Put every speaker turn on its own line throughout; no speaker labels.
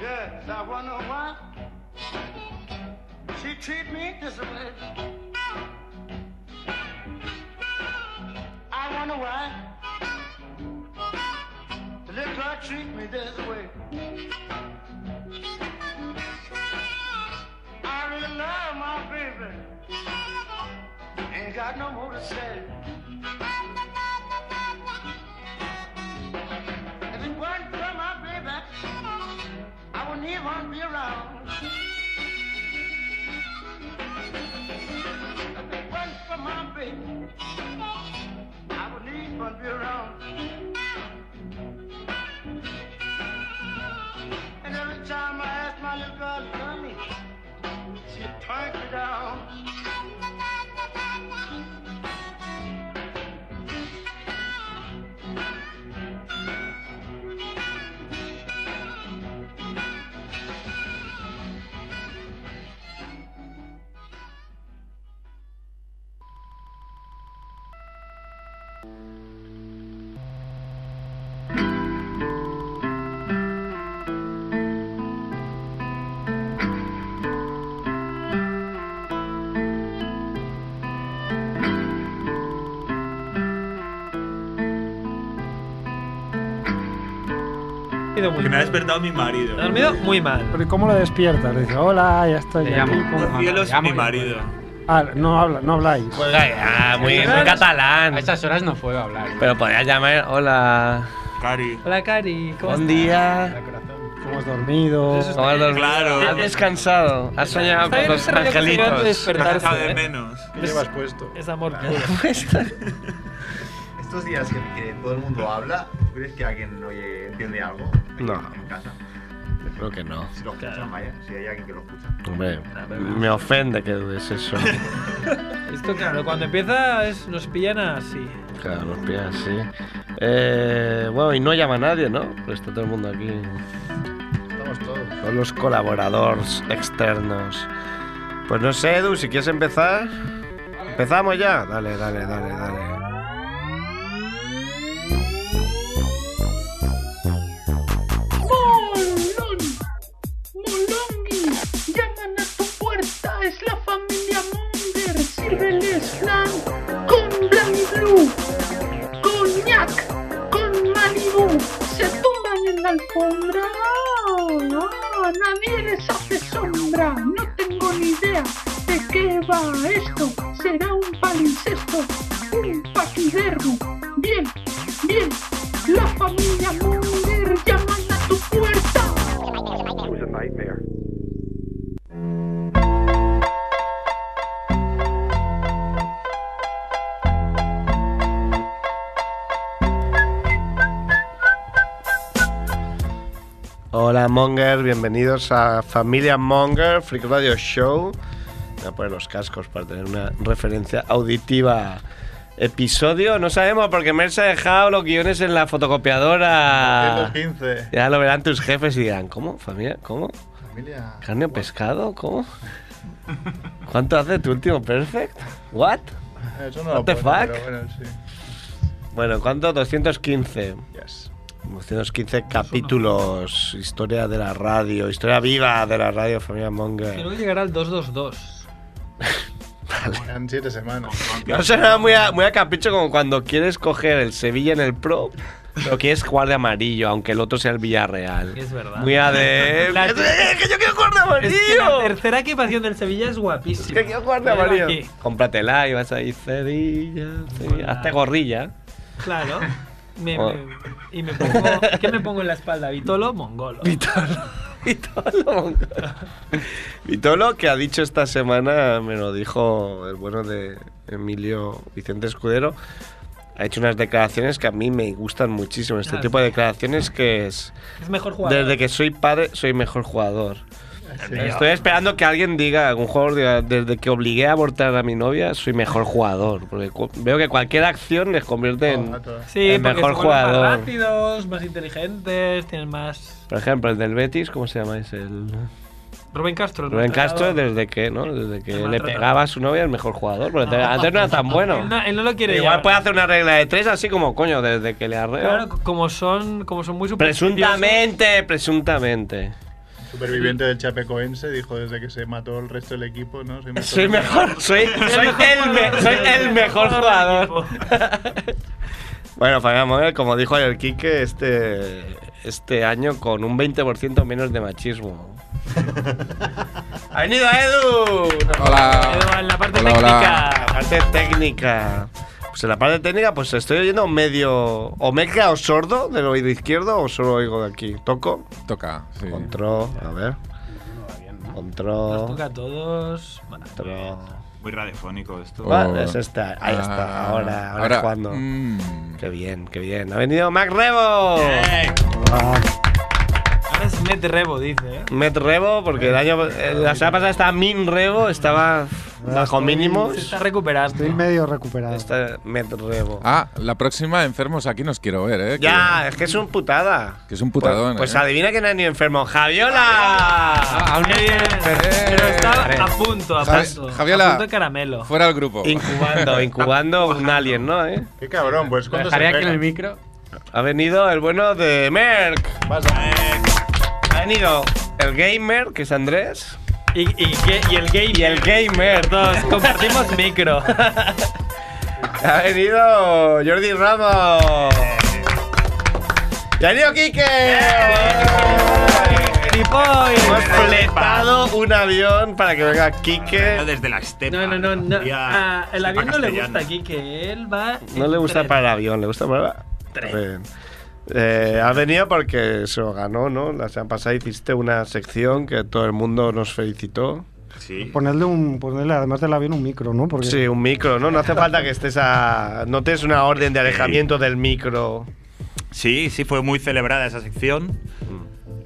Yes, I wonder why she treat me this way. I wonder why the little girl treat me this way. I really love my baby. Ain't got no more to say. If it weren't for my baby, I wouldn't even be around. If it weren't for my baby, I wouldn't even be around. And every time I ask my little girl to love me, she turned me down.
Dormido muy
Que me ha
mal.
despertado mi marido.
He dormido muy mal.
Pero ¿y ¿cómo lo despiertas? Le dice, hola, ya estoy
Te
aquí.
llamo.
¿cómo-?"
Los cielos,
Llamo
mi
y-
marido.
Ah, no, habla, no habláis.
Pues, ay, ah, muy, muy
A
catalán.
estas horas no puedo hablar.
Pero podrías llamar. Hola.
Cari.
Hola, Cari. ¿Cómo
Buen
estás?
día.
¿Cómo has dormido?
Eso es-
¿Cómo has dormido?
Claro.
¿Has descansado? ¿Has soñado
Está
con
bien,
los
este rollo que se lleva antes
angelitos?
de
Me has echado
despertarse,
de
¿eh?
menos.
¿Qué llevas puesto?
Es amor
Estos días que, que todo el mundo habla, ¿tú crees que alguien oye, entiende algo?
No.
En casa.
Creo que no.
Si lo escuchan,
Claro.
vaya. Si hay alguien que lo escucha.
Hombre, me ofende que dudes eso.
Esto, claro, cuando empieza es, nos pillan así.
Claro, los pies así. Eh, bueno, y no llama a nadie, ¿no? Pues está todo el mundo aquí.
Estamos todos.
Son los colaboradores externos. Pues no sé, Edu, si quieres empezar. ¿Empezamos ya? Dale, dale, dale, dale.
Molón, Molongi, llaman a tu puerta, es la familia Munger, sírveles flan con Blanc Blue, coñac, con Malibu, se tumban en la alfombra, ¡Ah! ¡Ah! nadie les hace sombra, no tengo ni idea de qué va esto, será un palincesto, un paquidermo, bien, bien, la familia Munger llaman a tu puerta.
Hola, Monger, bienvenidos a Familia Monger, Freak Radio Show. Me voy a poner los cascos para tener una referencia auditiva. Episodio, no sabemos porque Mer se ha dejado los guiones en la fotocopiadora.
115.
Ya lo verán tus jefes y dirán, ¿cómo? ¿Familia? ¿Cómo?
Familia.
¿Carne o pescado? ¿Cómo? ¿Cuánto hace tu último perfect? ¿What?
Eh, Eso
What
no lo
the
pone,
fuck?
pero bueno, sí.
Bueno, ¿cuánto? 215.
Yes.
215 capítulos. Historia de la radio. Historia viva de la radio Familia
Creo
Monger.
que llegará al 222.
Eran 7 semanas.
No será muy a, muy a capricho como cuando quieres coger el Sevilla en el Pro, pero quieres jugar de amarillo, aunque el otro sea el Villarreal.
Es verdad.
Muy a de...
La-
¡Eh, ¡Que yo quiero jugar de
Es que la
amarillo!
tercera equipación del Sevilla es
Es
guapísima.
que quiero jugar de
Mírala
amarillo.
aquí.
Cómpratela y vas ahí, cerilla, cerilla. Hazte gorrilla.
Claro. Me-
Oh.
me- y me pongo. ¿Qué me pongo en la espalda? Vitolo, mongolo.
Vitolo. Vitolo. Vitolo, que ha dicho esta semana, me lo dijo el bueno de Emilio Vicente Escudero, ha hecho unas declaraciones que a mí me gustan muchísimo. Este
Ah,
tipo de
sí.
declaraciones que es...
Es mejor jugador.
Desde que soy padre, soy mejor jugador. Estoy esperando que alguien diga, algún jugador diga, desde que obligué a abortar a mi novia, soy mejor jugador. Porque cu- veo que cualquier acción les convierte en...
Sí,
el mejor
porque se vuelven
jugador.
Más rápidos, más inteligentes, tienen más.
Por ejemplo, el del Betis, ¿cómo se llama? Es el...
Rubén Castro. el
Rubén
maltratador.
Castro desde que, ¿no? Desde que
El
le
maltratador.
pegaba a su novia el mejor jugador, porque antes no era tan bueno.
Él no, él no lo quiere
Igual
llevar.
puede ¿eh? hacer una regla de tres así como, coño, desde que le arreo.
Claro, como son, como son muy supersticiosos,
presuntamente, presuntamente.
Superviviente del Chapecoense dijo desde que se mató el resto del equipo, ¿no? Soy mejor.
Soy mejor, soy, soy el, me- soy el mejor jugador. Bueno, Fabián Monger, como dijo ayer Quique, este, este año con un 20% menos de machismo. ¡Ha venido Edu!
Hola.
Edu, en la parte
Hola, hola.
La
técnica.
parte técnica. Pues en la parte técnica, pues estoy oyendo medio. O me he quedado sordo del oído izquierdo o solo oigo de aquí. Toco.
Toca. sí.
Control, a ver.
Nos
Control.
toca a todos. Bueno,
Control.
Muy radiofónico esto.
Oh.
Vale, es esta. Ahí está.
Ah,
Ahora, ahora,
ahora,
jugando.
mm.
Qué bien, qué bien. Ha venido Mac Rebo.
Eh,
Ah,
Ahora es Met Rebo, dice, ¿eh?
Met Rebo, porque el año, eh,
Ah,
la semana pasada estaba Min Rebo, estaba bajo
Se
mínimos.
está recuperando.
Estoy medio recuperado.
Está Met Rebo.
Ah, la próxima enfermos aquí nos quiero ver, ¿eh?
Ya, es que es un putada.
Que, que es un putadón.
Pues
¿eh?
adivina que no hay ni enfermo. ¡Javiola!
Aún bien. Pero está a punto, a
Javi-
punto.
Javiola.
A punto de caramelo.
Fuera del grupo.
Incubando, incubando un alien, ¿no? eh?
Qué cabrón, pues cuando se
Dejaría que en
pegan?
el micro.
Ha venido el bueno de Merck. Ha venido el gamer, que es Andrés.
Y, y, que- y el gamer.
Y el gamer.
Dos, compartimos micro.
Ha venido Jordi Ramos. Y ha venido Quique.
Tripoy.
Hemos fletado un avión para que venga
no
Quique.
desde la estepa.
Eh, No, no, no. no.
Ya,
Ah, el
estepa
avión no le gusta
castellana.
aquí, que él va.
No
en
le gusta
tren.
para el avión, le gusta para el tren. Eh, ha venido porque se lo ganó, ¿no? La semana pasada hiciste una sección que todo el mundo nos felicitó.
Sí.
Ponerle, un, ponerle, además del avión, un micro, ¿no? Porque
Sí, un micro, ¿no? No hace falta que estés a. No te des una orden de alejamiento del micro.
sí, sí, fue muy celebrada esa sección.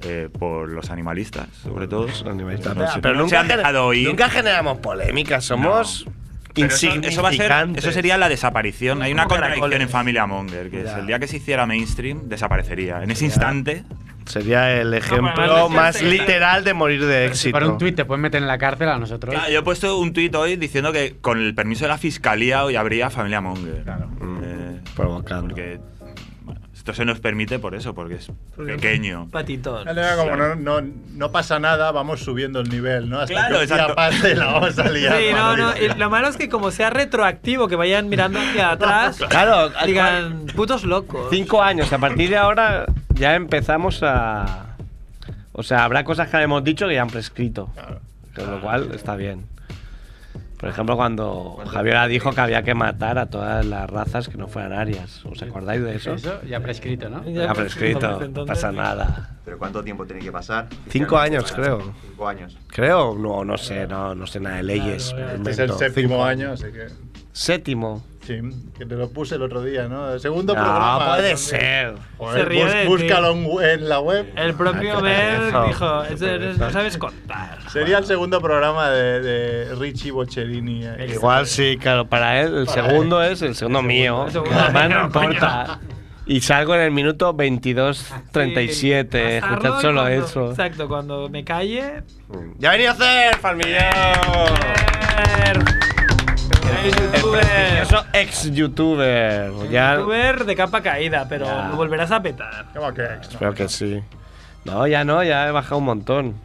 eh, por los animalistas, sobre todo.
Los animalistas.
No se-
pero
no se
nunca,
han
gener-
dejado ir.
nunca generamos polémicas, somos
Pero eso-
insignificantes.
eso, va a ser, eso sería la desaparición. Hay una
Como
contradicción
caracoles.
en Familia Monger, que es
Ya.
el día que se hiciera mainstream, desaparecería. En ese instante,
Sería el ejemplo
pero
más
es que-
literal de morir de éxito.
Para un tuit te pueden meter en la cárcel a nosotros.
Claro, yo he puesto un tuit hoy diciendo que con el permiso de la fiscalía hoy habría familia Monger. Eh,
Provocando.
Porque bueno, esto se nos permite por eso, porque es
Porque-
pequeño.
Patitón.
Vale, vale, Como no, no, no pasa nada, vamos subiendo el nivel, ¿no? Hasta
Claro,
que un día
exacto.
pase y la vamos a liar.
Sí, no,
madre.
no. y lo malo es que como sea retroactivo, que vayan mirando hacia atrás,
Claro,
digan, putos locos.
cinco años. A partir de ahora ya empezamos a. O sea, habrá cosas que hemos dicho que ya han prescrito. Con lo cual está bien. Por ejemplo, cuando Javier dijo que había que matar a todas las razas que no fueran arias. ¿Os acordáis de eso?
Eso ya prescrito, ¿no?
Ya
Ha prescrito,
pues,
no
entonces-
pasa nada.
¿Pero cuánto tiempo tiene que pasar?
Cinco años,
Para-
creo.
Cinco años.
Creo, no, no sé, no, no sé nada de leyes. me
Este es el
invento.
séptimo año, así que.
Séptimo.
Sí, que te lo puse el otro día, ¿no? El segundo
No,
programa.
Ah, puede
también.
ser.
Joder,
Se ríe
bus-
de ti.
búscalo en, en la web.
El propio
Ah, qué pereza.
Mer dijo,
Qué
"Es- eres-
pereza".
no sabes contar.
Sería el segundo programa de, de Richie Boccherini. eh.
Igual sí, claro, para él el segundo es el segundo mío.
El segundo.
Además no
Coño.
importa.
Ah,
Y salgo en el minuto 22.37,
Pasarlo
escuchad
y
solo
cuando-
eso.
Exacto, cuando me calle.
¡Ya venía a hacer,
Mer, youtuber.
Eso ex-youtuber. Ya,
Youtuber de capa caída, pero
Ya.
lo volverás a petar.
¿Cómo que ex, no?
espero que sí. No, ya no, ya he bajado un montón.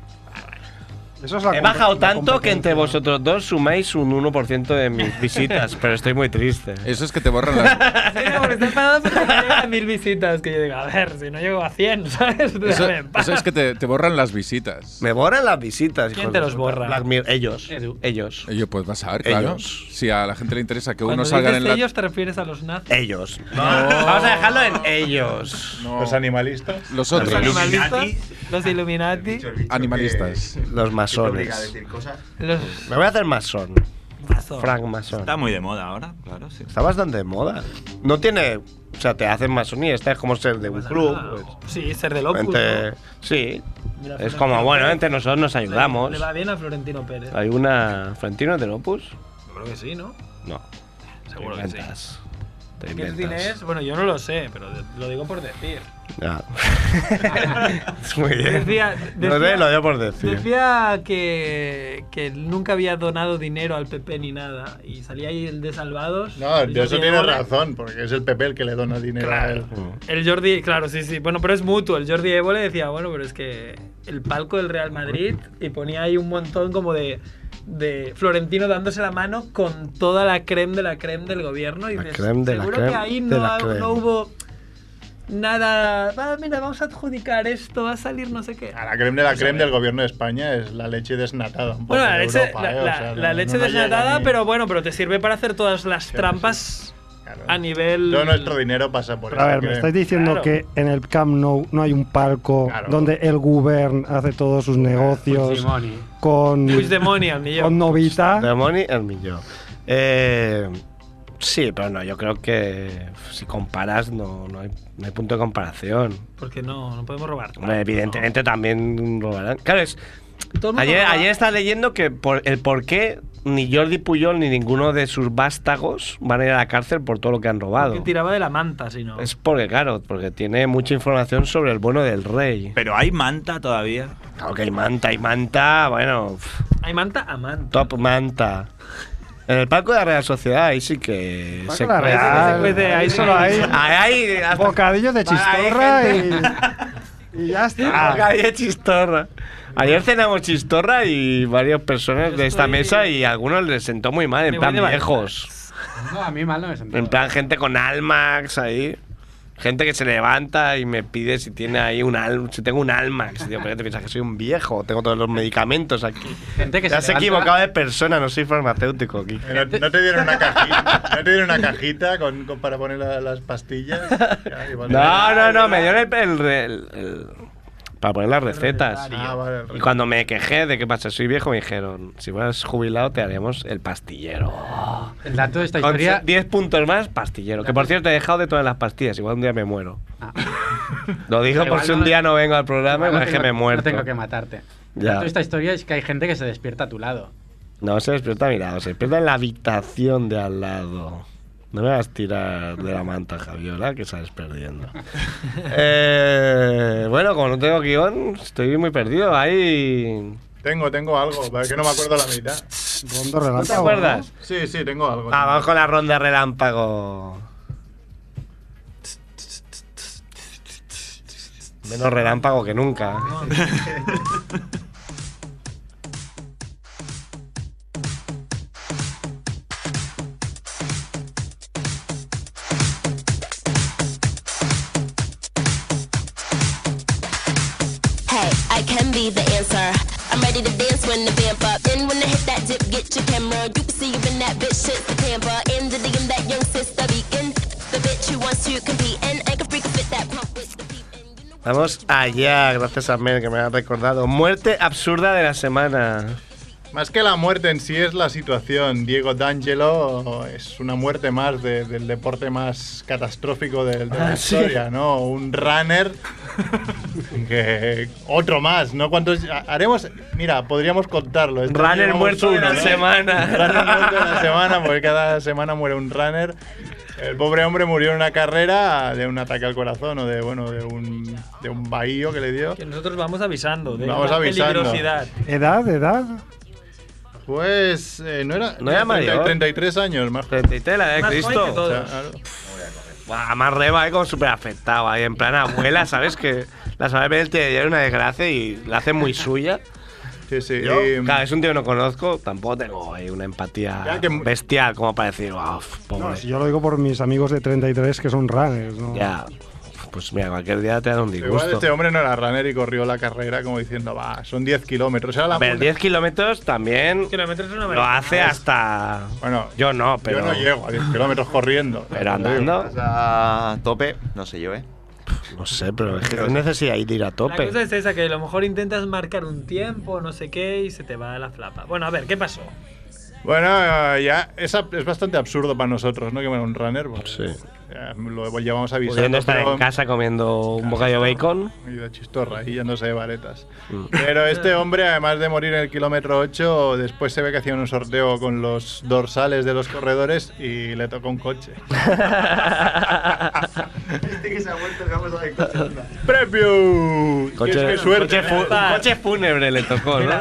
eso es la
He
compe-
bajado
la
tanto que entre
competencia.
vosotros dos sumáis un 1% de mis visitas, pero estoy muy triste.
Eso es que te borran las.
Sí, no, porque estás pagando para que llegue a mil visitas. Que yo digo, a ver, si no llego a 100, ¿sabes?
Eso,
Déjame en paz.
eso es que te, te borran las visitas.
Me borran las visitas.
¿Quién
hijos
te
de
los
puta.
borra?
Black Mirror, Ellos.
Edu.
Ellos.
Oye, pues vas a ver, claro.
Ellos.
Si a la gente le interesa que
Cuando
uno salga
dices
en la.
ellos te refieres a los nazis.
Ellos. Vamos a dejarlo en ellos.
No.
Pues
Los animalistas.
Los
Los
otros.
animalistas,
Illuminati.
los Illuminati,
Dicho el bicho
Animalistas.
que-
Los
que te obliga a
masones.
decir cosas.
los
Me voy a hacer masón.
masones.
Frank masón.
Está muy de moda ahora, claro, sí.
Está bastante de moda. No tiene. O sea, te hacen masón y esta es como ser de un club. pues.
Sí, ser del Opus.
Entre-
¿no?
sí.
Mira,
Es
Florentino
como, bueno,
Pérez.
entre nosotros nos
Le-
ayudamos.
Le va bien a Florentino Pérez.
Hay una. ¿Frentino del Opus?
Yo creo que sí, ¿no?
No.
Seguro que sí.
Inventas. Te
¿Qué
inventas.
rutina es? Bueno, yo no lo sé, pero de- lo digo por decir.
Ya. Muy bien.
Decía-
no
decía-
sé, lo dio por decir.
Decía que, que nunca había donado dinero al PP ni nada. Y salía ahí el de Salvados.
No,
el
de eso
Jordi
tiene
Évole.
razón, porque es el PP el que le dona dinero a él.
Mm.
El Jordi, claro, sí, sí. Bueno, pero es mutuo. El Jordi Évole decía, bueno, pero es que el palco del Real Madrid y ponía ahí un montón como de, de Florentino dándose la mano con toda la creme de la creme del gobierno. Y
La
dices,
creme de la
seguro que
creme
ahí
de
no,
la
ha-
creme.
no hubo nada. "Ah, mira, vamos a adjudicar esto, va a salir no sé qué.
A la creme de la creme del gobierno de España es la leche desnatada. un poco
Bueno, la
de
leche,
pues Europa,
la,
¿eh? O
la-
sea,
la
no-
leche
no llega
desnatada,
ni-
pero bueno, pero te sirve para hacer todas las trampas
Claro.
a nivel.
Todo nuestro dinero pasa por
Pero a
esa
ver, me
creme.
estáis diciendo
Claro.
que Eh, en el Camp Nou no hay un palco
Claro.
donde el gobern hace todos sus negocios
Puigdemoni.
con,
Puigdemonian, y yo.
Oh,
con Novita.
Demoni el millón. Eh, sí, pero no, yo creo que si comparas no, no, hay, no hay punto de comparación.
Porque no, no podemos robar.
Hombre, evidentemente también robarán. Claro, es,
Todo el mundo
ayer,
roba.
ayer estaba leyendo que por el por qué ni Jordi Puyol ni ninguno de sus vástagos van a ir a la cárcel por todo lo que han
Que
robado.
tiraba de la manta, si no.
Es porque, claro, porque tiene mucha información sobre el bono del rey.
Pero hay manta todavía.
Claro que hay manta, hay manta, bueno, pf,
Hay manta a manta.
top manta. En el palco de la Real Sociedad, ahí sí que
Paco
se
la
cuece.
Real,
se cuece,
ahí solo hay
Ahí hay hasta
bocadillos de chistorra y, y Ah. ya está.
Bocadillo de chistorra. Ayer cenamos chistorra y varias personas de esta
Estoy-
mesa y a algunos les sentó muy mal, en
Me
plan
voy de
viejos.
No, a mí mal no me sentó.
En plan gente con Almax ahí. Gente que se levanta y me pide si tiene ahí un Almax, si tengo un Almax. Digo, pero te piensas que soy un viejo, tengo todos los medicamentos aquí.
Gente que
Te has
se levanta-
equivocado eh. de persona, no soy farmacéutico aquí.
Pero no te dieron una cajita, no te dieron una cajita con, con- para poner la- las pastillas. Ah, Ya, igual-
No, no, no, me dieron el, el- el- el- para poner las recetas.
Ah, vale, el
Y cuando me quejé de que pasa, soy viejo, me dijeron, si fueras jubilado te haríamos el pastillero.
"Ah, El dato de esta
Con
historia.
10 puntos más, pastillero. Que por cierto, he dejado de todas las pastillas, igual un día me muero.
Ah.
Lo digo
Igual
por si
no-
un día no vengo al programa,
no
igual es que
tengo-
me muero.
No tengo que matarte. El
Ya.
dato de esta historia es que hay gente que se despierta a tu lado.
No se despierta a mi lado, se despierta en la habitación de al lado. No me vas a tirar de la manta, Javiola, que sales perdiendo. Eh, bueno, como no tengo guión, estoy muy perdido. Ahí.
Tengo, tengo algo, pero es que no me acuerdo la mitad.
Rondo
¿No te
relámpago,
acuerdas?
Sí, sí, tengo
Pues
algo.
Ah, vamos con la ronda relámpago. Menos relámpago que nunca.
Hey, I can be the answer. I'm ready to dance when the vamp up. Then when I hit that dip, get your camera. You can see you been that bitch shit the pamper. In the DM, that young sister beacon. The bitch who wants to compete and I can freak fit that pump with the beat. And you know what
Vamos allá, gracias a Mel que me ha recordado. Muerte absurda de la semana.
Más que la muerte en sí es la situación. Diego D'Angelo es una muerte más de- del deporte más catastrófico de, de la historia, ¿no? Un runner. que otro más, ¿no? ¿Cuántos ha- haremos? Mira, podríamos contarlo. Este
Runner
llevamos
muerto
uno,
una
¿eh?
¿no?
semana.
Runner muerto una semana, porque cada semana muere un runner. El pobre hombre murió en una carrera de un ataque al corazón o de bueno de un de un bahío que le dio.
Que nosotros vamos avisando de
Vamos
la
avisando.
peligrosidad.
Edad, edad.
Pues eh, no era,
No era mayor.
33 años más.
Pero te- te la de
Más joven que
Cristo.
O sea,
todos.
claro.
Buah, más reba, ahí como súper afectado, ahí en plan abuela, ¿sabes? Que la sabe ver te lleva una desgracia y la hace muy suya.
Sí, sí.
Yo,
y-
claro, es un tío que no conozco, tampoco tengo ahí una empatía
Ya que mu-
bestial como para decir, wow, pobre.
No, si yo lo digo por mis amigos de 33 que son runners, ¿no?
Ya, pues mira, cualquier día te da un
Igual
disgusto.
este hombre no era runner y corrió la carrera como diciendo, va, son 10 kilómetros. Era la
A ver,
puta-
10 kilómetros también
Kilómetros es una
lo
mariconada.
hace hasta.
Bueno,
yo no, pero.
Yo no llego a 10 kilómetros corriendo.
Pero andando,
Vas a tope, no sé yo, ¿eh?
no sé, pero es que hay necesidad de ir a
La cosa
tope.
es esa, que a lo mejor intentas marcar un tiempo, no sé qué, y se te va la flapa. Bueno, a ver, ¿qué pasó?
Bueno, eh, ya es, ab- es bastante absurdo para nosotros, ¿no? Que bueno, un runner. pues, ya lo llevamos a visitar.
Pudiendo estar en casa comiendo un bocadillo bacon.
Y de chistorra, y yéndose de varetas.
Mm.
Pero este hombre, además de morir en el kilómetro 8, después se ve que hacían un sorteo con los dorsales de los corredores y le tocó un coche.
Viste Este que se ha vuelto el campo de coche.
¡Premio!
Coche,
¡Qué suerte!
coche fu- coche fúnebre le tocó, ¿no?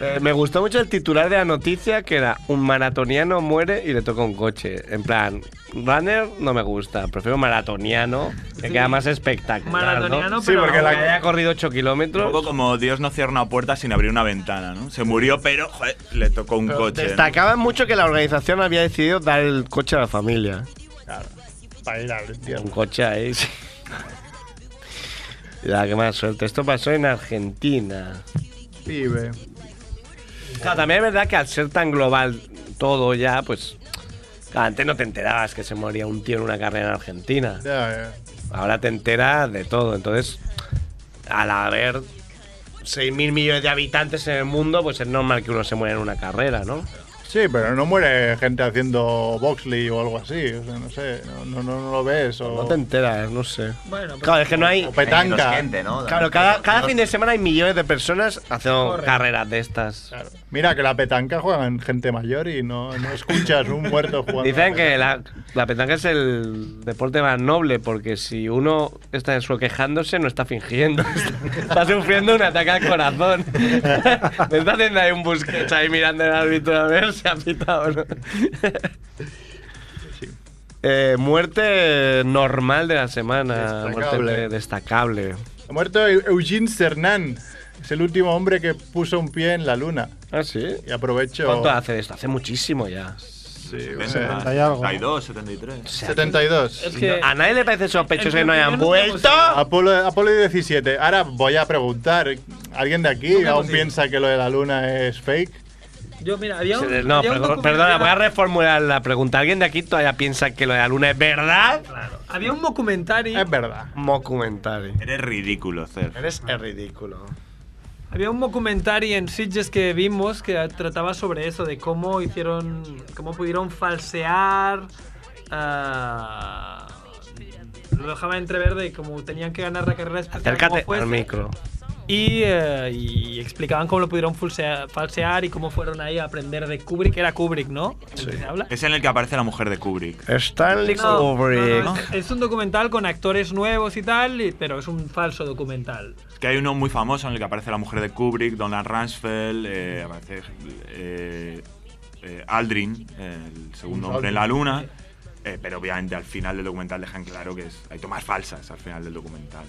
Eh, Me gustó mucho el titular de la noticia que era un maratoniano muere y le toca un coche. En plan, runner no me gusta, prefiero maratoniano, que queda más espectacular.
Maratoniano,
¿no?
Sí, pero porque la-
Aunque haya corrido 8 kilómetros.
Un poco como Dios no cierra una puerta sin abrir una ventana, ¿no? Se murió, pero joder, le tocó un coche. ¿no?
Destacaban mucho que la organización había decidido dar el coche a la familia.
Para ir al
Un coche ahí, sí. Ya, qué mala suerte. Esto pasó en Argentina.
pibe.
Claro, también es verdad que al ser tan global todo ya, pues. claro, Antes no te enterabas que se moría un tío en una carrera en Argentina.
Ya,
Ahora te enteras de todo. Entonces, al haber 6.000 millones de habitantes en el mundo, pues es normal que uno se muera en una carrera, ¿no?
Sí, pero no muere gente haciendo boxley o algo así. O sea, no sé, no, no, no- no lo ves. O...
No te enteras, no sé.
Bueno,
Claro, es que no hay.
O petanca. Hay menos gente, ¿no?
Claro, cada, cada fin de semana hay millones de personas haciendo carreras de estas.
Mira, que la petanca juegan gente mayor y no, no escuchas un muerto jugando.
Dicen que la, la petanca es el deporte más noble porque si uno está en su quejándose, no está fingiendo. Está sufriendo un ataque al corazón. Me está haciendo ahí un busquets ahí mirando el árbitro a ver si ha pitado o no. Eh, muerte normal de la semana.
Destacable.
Muerte eh, destacable.
Ha muerto Eugene Cernan. Es el último hombre que puso un pie en la luna.
Ah, sí.
Y aprovecho.
¿Cuánto hace de esto? Hace muchísimo ya.
Sí,
Setenta,
bueno.
72, 73.
72.
Es que-
a nadie le parece sospechoso que no hayan vuelto.
Apolo, Apolo 17. Ahora voy a preguntar. ¿Alguien de aquí
Nunca
aún
hemos ido.
piensa que lo de la luna es fake?
Yo, mira, había un,
No,
había un
perdón-
documental-
perdona, voy a reformular la pregunta. ¿Alguien de aquí todavía piensa que lo de la luna es verdad?
Había un documentario.
Es verdad.
Mockumentary.
Eres ridículo, Cer.
Eres ridículo.
Había un documentario en Sitges que vimos que trataba sobre eso, de cómo hicieron, cómo pudieron falsear, ah, lo dejaba entrever de cómo tenían que ganar la carrera especial.
Acércate
como fuese.
al micro.
Y, eh, y explicaban cómo lo pudieron falsear, falsear y cómo fueron ahí a aprender de Kubrick. Era Kubrick, ¿no? Sí. habla?
Es en el que aparece la mujer de Kubrick.
Stanley
No,
Kubrick.
no, no, es, es un documental con actores nuevos y tal, y- pero es un falso documental.
Que hay uno muy famoso en el que aparece la mujer de Kubrick, Donald Rumsfeld, eh, aparece eh, eh, Aldrin, el segundo hombre en la luna. eh, pero obviamente al final del documental dejan claro que es- hay tomas falsas al final del documental.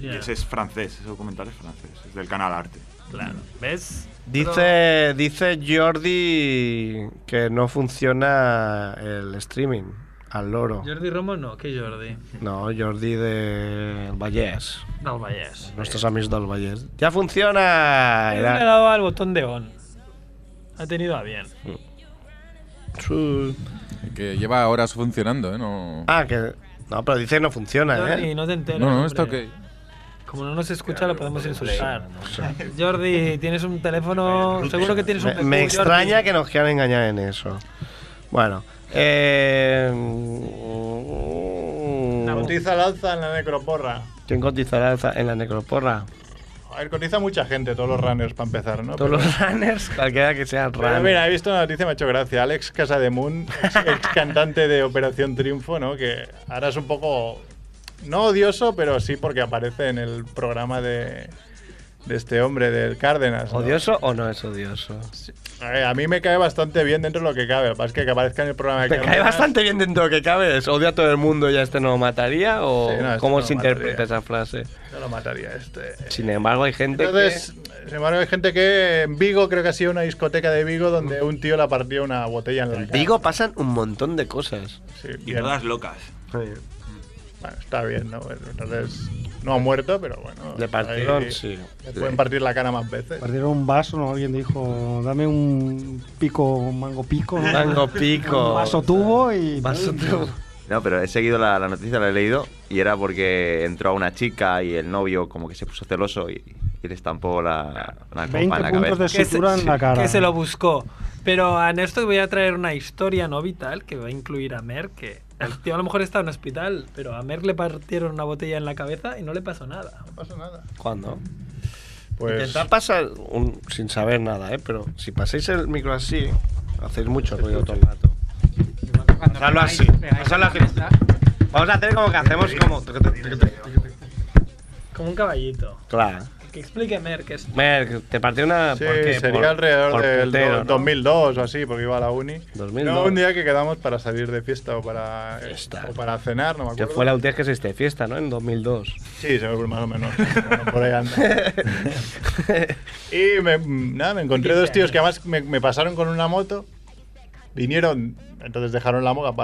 Ya.
Y ese es francés, ese documental es francés, es del canal Arte.
Claro. ¿Ves?
Dice, dice Jordi que no funciona el streaming al loro.
Jordi Romo no, que Jordi.
No, Jordi de Vallés.
Del Vallès.
Nuestros amigos del Vallés. ¡Ya funciona!
Él Le
Era-
ha dado al botón de on. Ha tenido a bien.
Que lleva horas funcionando, ¿eh? No,
Ah, que. No, pero dice no funciona,
Jordi,
¿eh?
no te enteras.
no, no
hombre.
esto que.
Como no nos escucha, lo podemos insultar. Jordi, tienes un teléfono. Seguro que tienes un
Me,
PQ,
me
Jordi.
extraña que nos quieran engañar en eso. Bueno. Eh,
Cotiza al alza en la necroporra.
¿Quién cotizará alza en la necroporra?
A ver, cotiza mucha gente, todos los runners para empezar, ¿no?
Todos los runners, cualquiera que sea
Pero
runner.
mira, he visto una noticia, me ha hecho gracia. Alex Casademun, ex, ex cantante de Operación Triunfo, ¿no? Que ahora es un poco. No odioso, pero sí porque aparece en el programa de, de este hombre, del Cárdenas. ¿no?
¿Odioso o no es odioso?
A, ver, a mí me cae bastante bien dentro de lo que cabe. Lo que pasa es que, que aparezca en el programa de
Te cae
Cárdenas-
bastante bien dentro que cabes. ¿Odia a todo el mundo y a este no lo mataría? ¿O
Sí, no, este
cómo
no
se
lo mataría.
interpreta esa frase?
Yo lo mataría este.
Sin embargo, hay gente
Entonces,
que.
sin embargo, hay gente que en Vigo, creo que ha sido una discoteca de Vigo donde
Mm.
un tío le partió una botella en la cara.
Digo, pasan un montón de cosas.
Sí,
Y
bien.
todas locas.
Bueno, está bien, ¿no? Entonces, no ha muerto, pero bueno.
Le partieron,
ahí
sí.
Le pueden partir la cara más veces.
Partieron un vaso, ¿no? Alguien dijo, dame un pico, un mango pico. ¿no?
Mango pico.
Un vaso tubo y. Vaso tubo.
No, pero he seguido la, la noticia, la he leído, y era porque entró a una chica y el novio como que se puso celoso y,
y les estampó la, la copa en
20
la cabeza.
puntos de sutura en la cara.
Que se lo buscó. Pero a Néstor voy a traer una historia no vital que va a incluir a Mer, que el tío a lo mejor está en un hospital, pero a Mer le partieron una botella en la cabeza y no le pasó nada. No
pasó nada.
¿Cuándo?
Pues-
Intentad pasar un- sin saber nada, ¿eh? Pero si pasáis el micro así, hacéis mucho ruido todo el rato. Pasadlo así. Pasadlo así. Vamos a hacer como que hacemos como...
Como un caballito.
Claro.
Que explique Mer que es.
Mer, te partió una...
Sí,
¿por qué?
sería
Por-
alrededor
por
del
putero,
do-
¿no?
2002 o así, porque iba a la uni.
2002.
No, un día que quedamos para salir de fiesta o para, o para cenar, no me
Que
acuerdo.
fue la última vez que hiciste fiesta, ¿no? En 2002.
Sí, se me más o menos. Bueno, por ahí anda. y me, nada, me encontré dos tíos que además me, me pasaron con una moto. Vinieron, entonces dejaron la moto,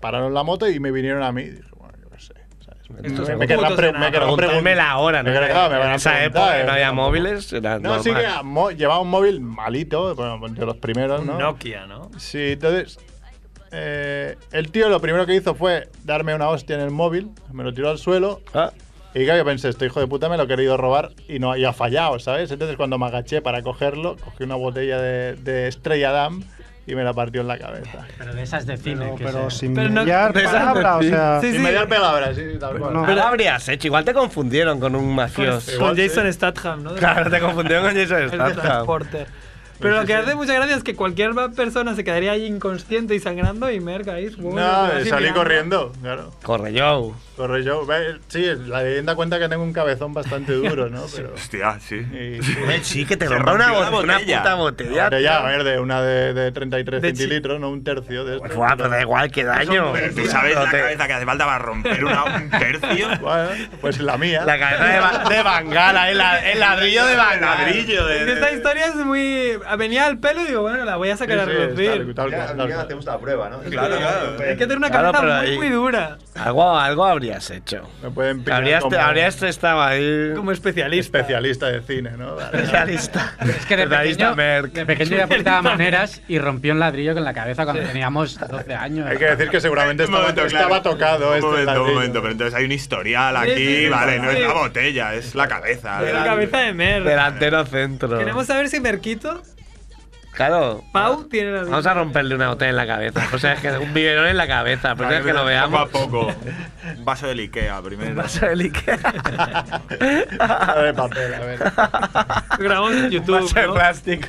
pararon la moto y me vinieron a mí. Dije, bueno, yo qué sé. ¿sabes? Me-
Estos
Me, me querrán
putos
pre-
de
me querrán
nada.
preguntar.
Preguntármela ahora, ¿no?
Me querrán- claro, me van a
En esa
preguntar,
época no
eh,
había
tampoco.
móviles, era
No, sí que
normal.
era mo- llevaba un móvil malito, bueno, de los primeros,
Un
¿no?
Nokia, ¿no?
Sí, entonces. eh, el tío lo primero que hizo fue darme una hostia en el móvil, me lo tiró al suelo.
¿Ah?
Y claro, yo pensé, este hijo de puta me lo ha querido robar y no y ha fallado, ¿sabes? Entonces cuando me agaché para cogerlo, cogí una botella de, de Estrella Damm y me la partió en la cabeza.
Pero de esas de cine. que
pero
se-
sin mediar palabra, o sea...
Sin mediar palabra, sí, tal cual.
No. lo habrías hecho. ¿eh? Igual te confundieron con un mafioso.
Con Jason Statham, ¿no?
Claro, te confundieron con Jason
El de
Statham.
Transporter. Pero lo que hace mucha gracia es que cualquier persona se quedaría allí inconsciente y sangrando y Mer caís.
No, eh,
bueno, así
salí
mirando.
corriendo, claro.
Corre yo.
Corre yo. Ve, Sí, la leyenda cuenta que tengo un cabezón bastante duro, ¿no? Pero...
Hostia, sí.
Sí, que te
Se
rompa una,
rompió la
bo- una
botella.
puta botella.
Pero ya, a
tío.
ver, de una de, de 33
De chi-
centilitros, no un tercio de esto.
Buah, Pues, pero da igual, qué daño.
Pero
Tú sabes la
Te-
cabeza que hace falta para romper una, un tercio.
pues la mía.
La cabeza de, Ba- de Bangala, el, la- el ladrillo de Bangala.
ladrillo de-
Es que Esta historia es muy. ah, Venía al pelo y digo, bueno, la voy a sacar a reducir.
hacemos la prueba, ¿no?
Claro, claro.
Hay que tener una
Claro,
cabeza
pero
muy,
ahí-
muy dura.
Algo, algo habrías hecho.
Me pueden pillar
Habrías,
como-
habrías estado ahí.
Como especialista.
Especialista de cine, ¿no?
Especialista.
Es que de pequeño, de pequeño le apuntaba maneras y rompió un ladrillo con la cabeza cuando teníamos 12 años.
Hay que decir que seguramente
Un
estaba,
momento, claro.
estaba tocado
Un
este
momento, un
ladrillo.
momento, pero entonces hay un historial
Sí,
aquí,
sí, sí,
vale,
sí.
no es la botella, es la Pues cabeza.
Es la cabeza de Mer.
Delantero centro.
Queremos saber si Merquito,
Claro.
Pau, tiene la
Vamos a romperle una botella en la cabeza. O sea, es que un biberón en la cabeza.
Pues
Pero es que lo veamos.
Poco a poco. Un vaso del Ikea primero. Un
vaso del Ikea.
A ver, papel, a ver.
Grabamos en YouTube.
Vaso de
¿no?
plástico.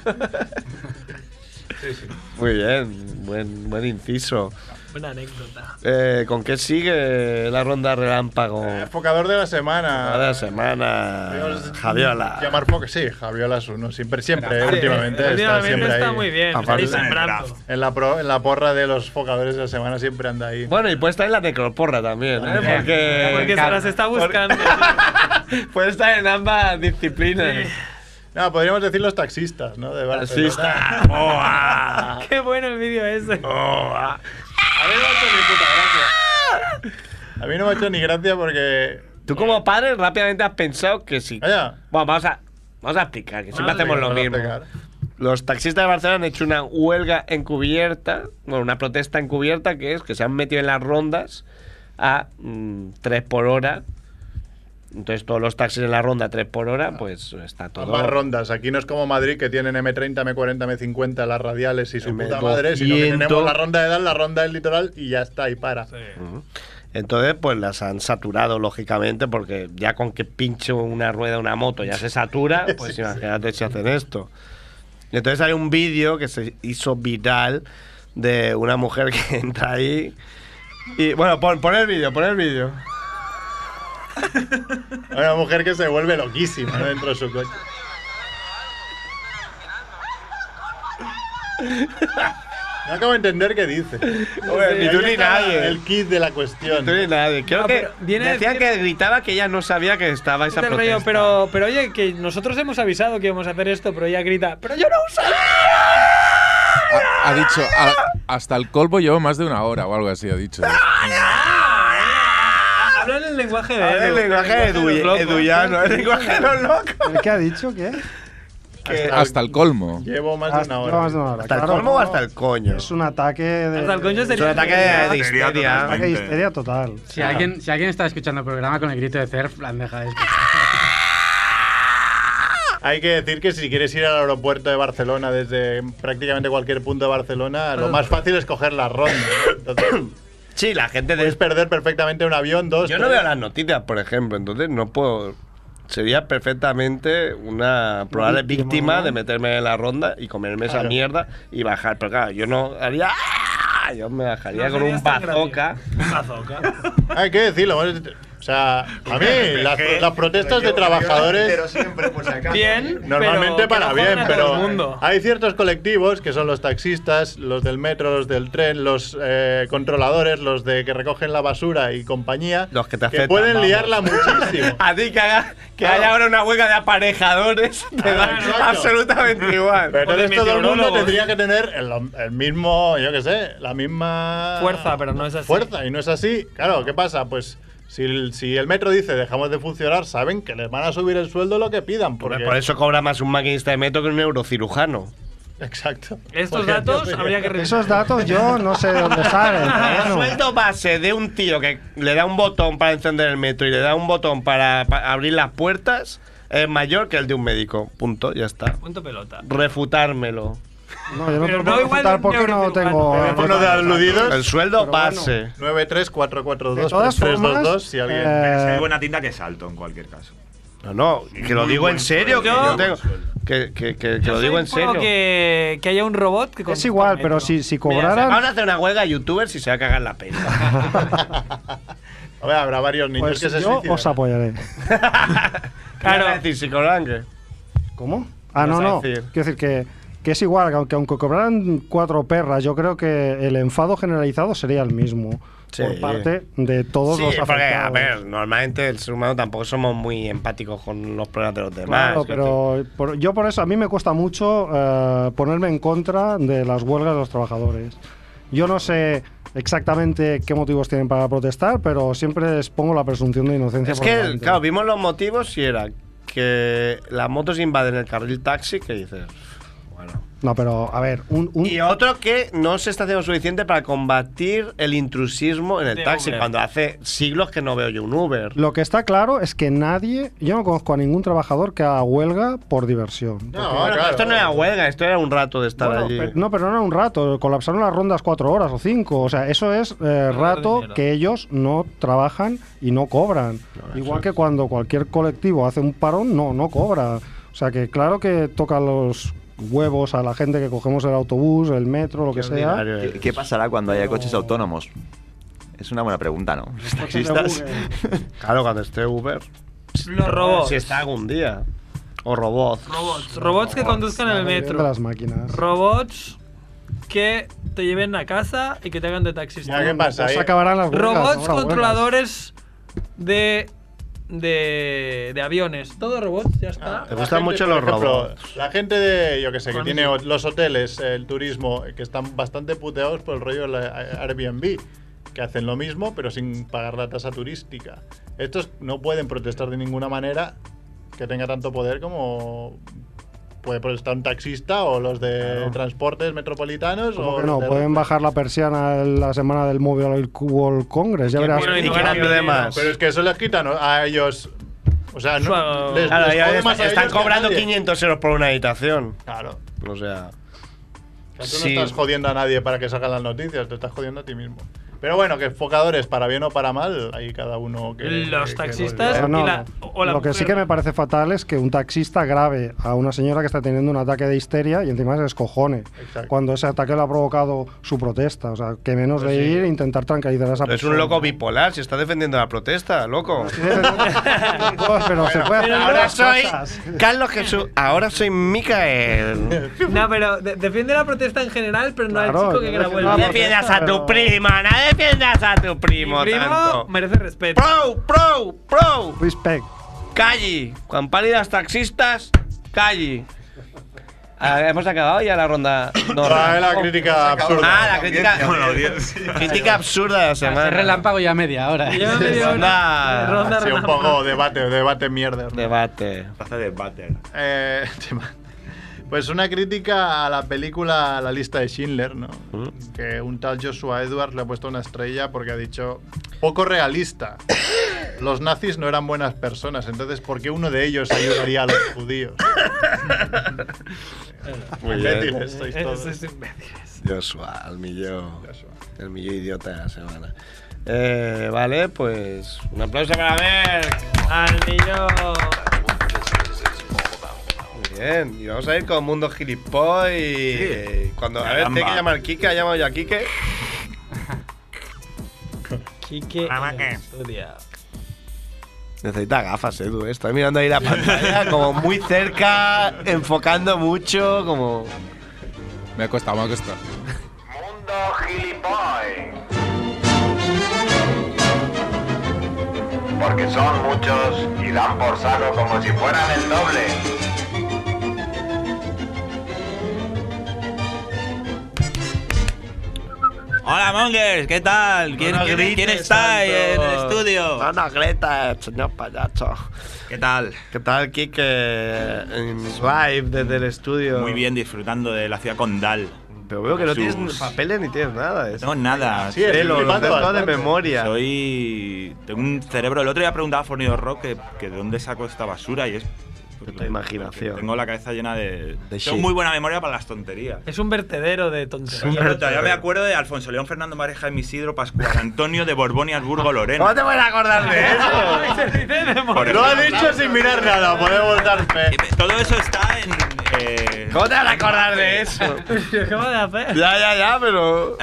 Muy bien. Buen, buen inciso.
Buena anécdota.
Eh, ¿Con qué sigue la ronda relámpago?
Eh, Enfocador de la semana.
Cada semana. Javiola.
Llamar porque sí, Javiola es uno. Siempre, siempre,
Sí,
últimamente. está
últimamente
siempre
está
ahí.
muy bien, está ahí sembrando.
en, la pro- en la porra de los focadores de la semana siempre anda ahí.
Bueno, y puede estar en la necroporra también. ¿eh?
También.
Porque,
Porque se las
está buscando.
puede estar en ambas disciplinas.
No, podríamos decir los taxistas, ¿no? De Barcelona.
Taxista.
Qué bueno el vídeo ese.
A mí no me ha hecho ni gracia porque.
Tú como padre rápidamente has pensado que sí. Bueno, vamos a, vamos a explicar, que siempre
Vale.
hacemos lo
Vamos a
mismo.
explicar.
Los taxistas de Barcelona han hecho una huelga encubierta, bueno, una protesta encubierta que es que se han metido en las rondas a 3 por hora. Entonces todos los taxis en la ronda 3 por hora, pues está todo.
Ambas rondas. Aquí no es como Madrid que tienen M30, M40, M50, las radiales y su puta
M200.
madre, sino que tenemos la ronda de edad, la ronda del litoral y ya está, y para.
Ujú. Entonces, pues las han saturado, lógicamente, porque ya con que pinche una rueda una moto ya se satura, pues imagínate si hacen esto. Y entonces hay un vídeo que se hizo viral de una mujer que entra ahí. Y bueno, pon, pon el vídeo, pon el vídeo.
Hay una mujer que se vuelve loquísima ¿no? dentro de su coche. No acabo de entender qué dice.
Hombre, ni tú ni
Ahí acaba
nadie.
El kit de la cuestión.
Tú ni nadie. Creo
No,
que
pero viene-
decían que gritaba que ella no sabía que estaba esa
Del rollo,
protesta.
pero, pero oye, que nosotros hemos avisado que íbamos a hacer esto, pero ella grita, pero yo no usaba.
Ha dicho, "A- hasta el colvo llevo más de una hora o algo así, ha dicho.
Ah,
Habla en el lenguaje de
Habla en Ah, el
Edu,
lenguaje de
los
Edu-
locos.
edullano, el lenguaje de los locos.
¿Qué ha dicho? ¿Qué?
eh,
Hasta el colmo.
Llevo más
Hasta- lleva más de una hora,
¿Hasta el
claro,
colmo o
no.
hasta el coño?
Es un ataque de...
Hasta el coño
Es un ataque de, de histeria.
Ataque de histeria total.
Si alguien, si alguien está escuchando el programa con el grito de surf, plan, deja de escuchar.
Hay que decir que si quieres ir al aeropuerto de Barcelona desde prácticamente cualquier punto de Barcelona,
Ah.
lo más fácil es coger la ronda.
sí, la gente
puedes
Pues,
perder perfectamente un avión, dos.
Yo no veo las noticias, por ejemplo, entonces no puedo. Sería perfectamente una probable
Víctima.
víctima de meterme en la ronda y comerme esa
Claro.
mierda y bajar. Pero claro, yo no haría. ¡Ah! Yo me bajaría
No
con un
serías tan
bazooka.
Hay que decirlo. O sea, a mí las, las protestas de trabajadores
Pero siempre, por si acaso.
Bien,
Normalmente
pero que
para
no jodan
bien,
a
pero
todo el mundo.
hay ciertos colectivos que son los taxistas, los del metro, los del tren, los eh, controladores, los de que recogen la basura y compañía,
Los que te
que
afectan,
pueden
vamos.
liarla muchísimo.
A ti que, haga- que haya ahora una huelga de aparejadores te da absolutamente igual.
Pero entonces todo el mundo tendría que tener el, el mismo, yo qué sé, la misma
Fuerza, pero no es así.
fuerza y no es así. Claro, ¿qué pasa? Pues si el, si el metro dice dejamos de funcionar, saben que les van a subir el sueldo lo que pidan. Porque,
Por eso cobra más un maquinista de metro que un neurocirujano.
Exacto.
Estos
Porque-
datos habría que
Esos datos yo no sé de dónde salen.
El sueldo base de un tío que le da un botón para encender el metro y le da un botón para, pa- abrir las puertas es mayor que el de un médico. Punto, ya está.
Punto pelota.
Refutármelo.
No, yo no puedo
Pero no
no,
igual
porque no tengo.
Teléfono de aludidos.
El sueldo base.
93442
De todas formas,
3322 si alguien.
eh,
Hay buena tinta que salto en cualquier caso.
No, no, que lo
Muy
digo en
buen
serio. Que, yo
sueldo.
tengo, que, que- que- que lo digo en
Supongo
serio.
Que, que haya un robot que
Es igual, pero si, si cobraran.
Vamos a hacer una huelga de youtubers y se va a cagar la pena.
A ver, habrá varios niños
pues
que se
yo
suicidan. ¿eh?
os apoyaré.
Claro. decir, psicolangre.
¿Cómo? Ah, no,
Ibas a
no.
decir.
Quiero decir que, que es igual, que aunque, aunque cobraran cuatro perras, yo creo que el enfado generalizado sería el mismo.
Sí.
Por parte de todos
Sí,
los
porque, a
afectados.
ver, normalmente el ser humano tampoco somos muy empáticos con los problemas de los demás.
Claro, pero por- yo por eso, a mí me cuesta mucho eh, ponerme en contra de las huelgas de los trabajadores. Yo no sé exactamente qué motivos tienen para protestar, pero siempre les pongo la presunción de inocencia.
Es
por
que,
delante.
claro, vimos los motivos y era que las motos invaden el carril taxi, que dices.
No, pero a ver, un, un-
Y otro que no se está haciendo suficiente para combatir el intrusismo en el
De
taxi,
Uber.
cuando hace siglos que no veo yo un Uber.
lo que está claro es que nadie, yo no conozco a ningún trabajador que haga huelga por diversión.
No, no, esto no era huelga, esto era un rato de estar allí.
Pero- no, pero no era un rato, colapsaron las rondas cuatro horas o cinco, o sea, eso es eh, rato que ellos no trabajan y no cobran. Igual que cuando cualquier colectivo hace un parón, no, no cobra. O sea, que claro que toca los huevos a la gente que cogemos el autobús, el metro, lo que sea.
¿Qué, qué pasará cuando haya coches autónomos? Es una buena pregunta, ¿no? Los taxistas.
Claro, cuando esté Uber.
Los robots.
Si está algún día. O robots.
Robots. Robots que conduzcan el metro.
De las máquinas.
Robots que te lleven a casa y que te hagan de taxista.
Ya, ¿qué pasa? Pues Ahí- acabarán las huelgas,
robots
habrá huelgas.
controladores de, de, de aviones. Todo robots, ya está.
La gente, por ejemplo, La gente de, yo que sé, que
Con-
tiene o- los hoteles, el turismo, eh, que están bastante puteados por el rollo de la a- Airbnb, que hacen lo mismo, pero sin pagar la tasa turística. Estos no pueden protestar de ninguna manera que tenga tanto poder como puede protestar un taxista o los de transportes metropolitanos o
Porque no,
los de-
pueden bajar la persiana la semana del Mobile World Congress, ya verás.
Bueno, y no ganan dinero. Pero es que eso les quitan a ellos. O sea, no, les,
Claro,
les
ya
jode
está-
más a
están
ellos que a
cobrando
nadie.
500 euros por una habitación.
Claro.
O sea.
O sea, tú
Sí.
no estás jodiendo a nadie para que salgan las noticias, te estás jodiendo a ti mismo. Pero bueno, que enfocadores, para bien o para mal, ahí cada uno que.
Los
que-
taxistas
Pero no,
y la, o la
lo que sí
mujer.
que me parece fatal es que un taxista grave a una señora que está teniendo un ataque de histeria y encima se descojone
Exacto.
cuando ese ataque lo ha provocado su protesta. O sea, que menos
Pues
de
sí.
ir e intentar tranquilizar a esa
Es
persona.
un loco bipolar, si está defendiendo la protesta, loco.
Pues, pero se puede hacer
Ahora
muchas
soy
cosas.
Carlos Jesús, ahora soy Micael.
No, pero de- defiende la protesta en general, pero no
Claro,
al chico que
yo
grabó el
defiendo la
vídeo.
No defiendas a tu prima, no defiendas a tu primo
Mi primo
tanto.
merece respeto.
Pro, pro, pro.
Respect.
Calli. Cuan pálidas taxistas, calli. Ah, Hemos acabado ya la ronda. no,
Trae Ah, la
no.
crítica absurda.
Ah, la crítica.
Con la
Crítica absurda de la
Ese
semana.
relámpago ya media hora. ¿eh?
Ronda.
Sí, un poco debate, debate mierda.
Debate.
Hace debate.
Eh, tema. pues una crítica a la película La lista de Schindler, ¿no? Que un tal Joshua Edwards le ha puesto una estrella porque ha dicho poco realista. los nazis no eran buenas personas, entonces ¿por qué uno de ellos ayudaría a los judíos?
Muy bien.
Imbéciles sois todos.
Sois imbéciles.
Joshua, el millor, el millor idiota de la setmana. Eh, vale, pues un aplauso para Merck.
Al millor.
Muy bien, y vamos a ir con Mundo Gilipoy. y Cuando, a ver,
Caramba.
tiene que llamar Kike, ha llamado ya Kike.
Quique.
Nada que.
Estudia.
Necesita gafas, Edu. ¿eh? Estoy mirando ahí la pantalla como muy cerca, enfocando mucho, como...
Me ha costado, me ha costado.
Oh,
Porque son muchos y dan por saco como si fueran el doble.
Hola, Mongers, ¿qué tal? ¿Quién,
No
quién-
grites
quién está ahí en el
tanto.
estudio?
No nos grites, señor payaso.
¿Qué tal?
¿Qué tal, Kike? En live desde el estudio.
Muy bien, disfrutando de la ciudad condal.
Pero veo que no tienes ni papeles ni tienes nada.
No, nada.
Sí, Pelo, lo flipando tengo todo de bastante. memoria.
Soy. Tengo un cerebro. El otro día preguntaba a Fornido Rock que, que de dónde saco esta basura y es. De tu
imaginación.
Tengo la cabeza llena de. tengo
shit.
muy buena memoria para las tonterías.
Es un vertedero de tonterías.
Yo todavía me acuerdo de Alfonso León Fernando Mareja de Isidro Pascual Antonio de Borbón y Habsburgo Lorena.
¿Cómo te voy a acordar de eso?
Por
Lo ha
ejemplo. Eh,
dicho sin mirar nada, podemos dar fe.
Todo eso está en. eh,
¿Cómo te vas a acordar de eso?
¿Qué van a hacer?
Ya, ya, ya,
Eh,
pero.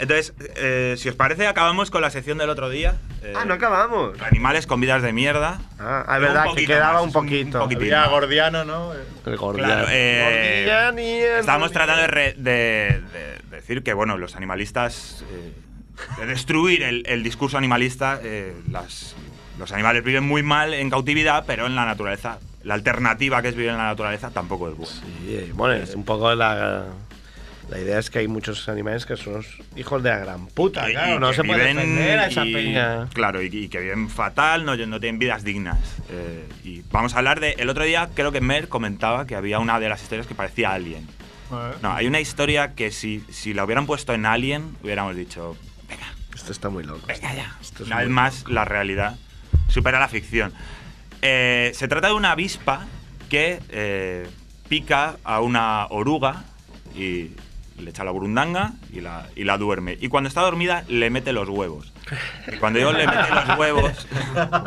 entonces, eh, si os parece, acabamos con la sección del otro día. eh,
Ah, no acabamos.
Animales con vidas de mierda.
Ah, es verdad que quedaba un poquito.
Había Gordiano, ¿no?
El
Claro, eh,
Gordian y el-
estábamos tratando de, re- de- de decir que, bueno, los animalistas. eh, de destruir el, el discurso animalista. eh, las- los animales viven muy mal en cautividad, pero en la naturaleza. La alternativa que es vivir en la naturaleza tampoco es buena.
Sí, eh, bueno, es un poco la. La idea es que hay muchos animales que son los hijos de la gran puta,
Y-
claro.
y
No
que
se puede
viven-
defender a esa
y-
peña.
Claro, y, y que viven fatal, no, no tienen vidas dignas. Eh, y vamos a hablar de. El otro día, creo que Mer comentaba que había una de las historias que parecía Alien. No, hay una historia que si, si la hubieran puesto en Alien, hubiéramos dicho.
Esto está muy loco.
Venga Pues ya.
Esto es
Una vez
muy-
más, la realidad supera la ficción. Eh, se trata de una avispa que eh, pica a una oruga y le echa la burundanga y la, y la duerme. Y cuando está dormida, le mete los huevos. Y cuando yo le mete los huevos.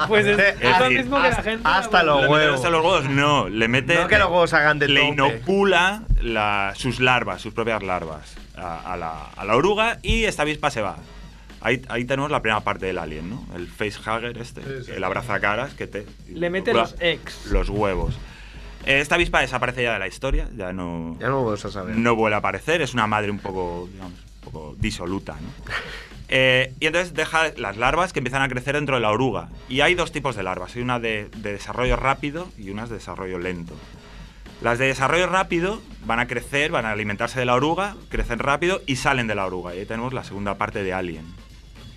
Pues es,
Es
es lo
decir,
Ah,
mismo que la gente.
hasta
¿le
los
mete
huevos.
Hasta los huevos, no. Le mete.
No que los huevos hagan de
le
tope.
inocula la- sus larvas, sus propias larvas, a, a la, a la oruga y esta avispa se va. Ahí, ahí tenemos la primera parte del alien, ¿no? El facehugger este, el abrazacaras que te.
Le mete
inocula
los eh. ex.
Los huevos. Eh, Esta avispa desaparece ya de la historia, ya no.
Ya no vamos a saber.
No vuelve a aparecer, es una madre un poco, digamos, un poco disoluta, ¿no? Eh, y entonces deja las larvas que empiezan a crecer dentro de la oruga. Y hay dos tipos de larvas, hay una de, de desarrollo rápido y unas de desarrollo lento. Las de desarrollo rápido van a crecer, van a alimentarse de la oruga, crecen rápido y salen de la oruga. Y ahí tenemos la segunda parte de Alien,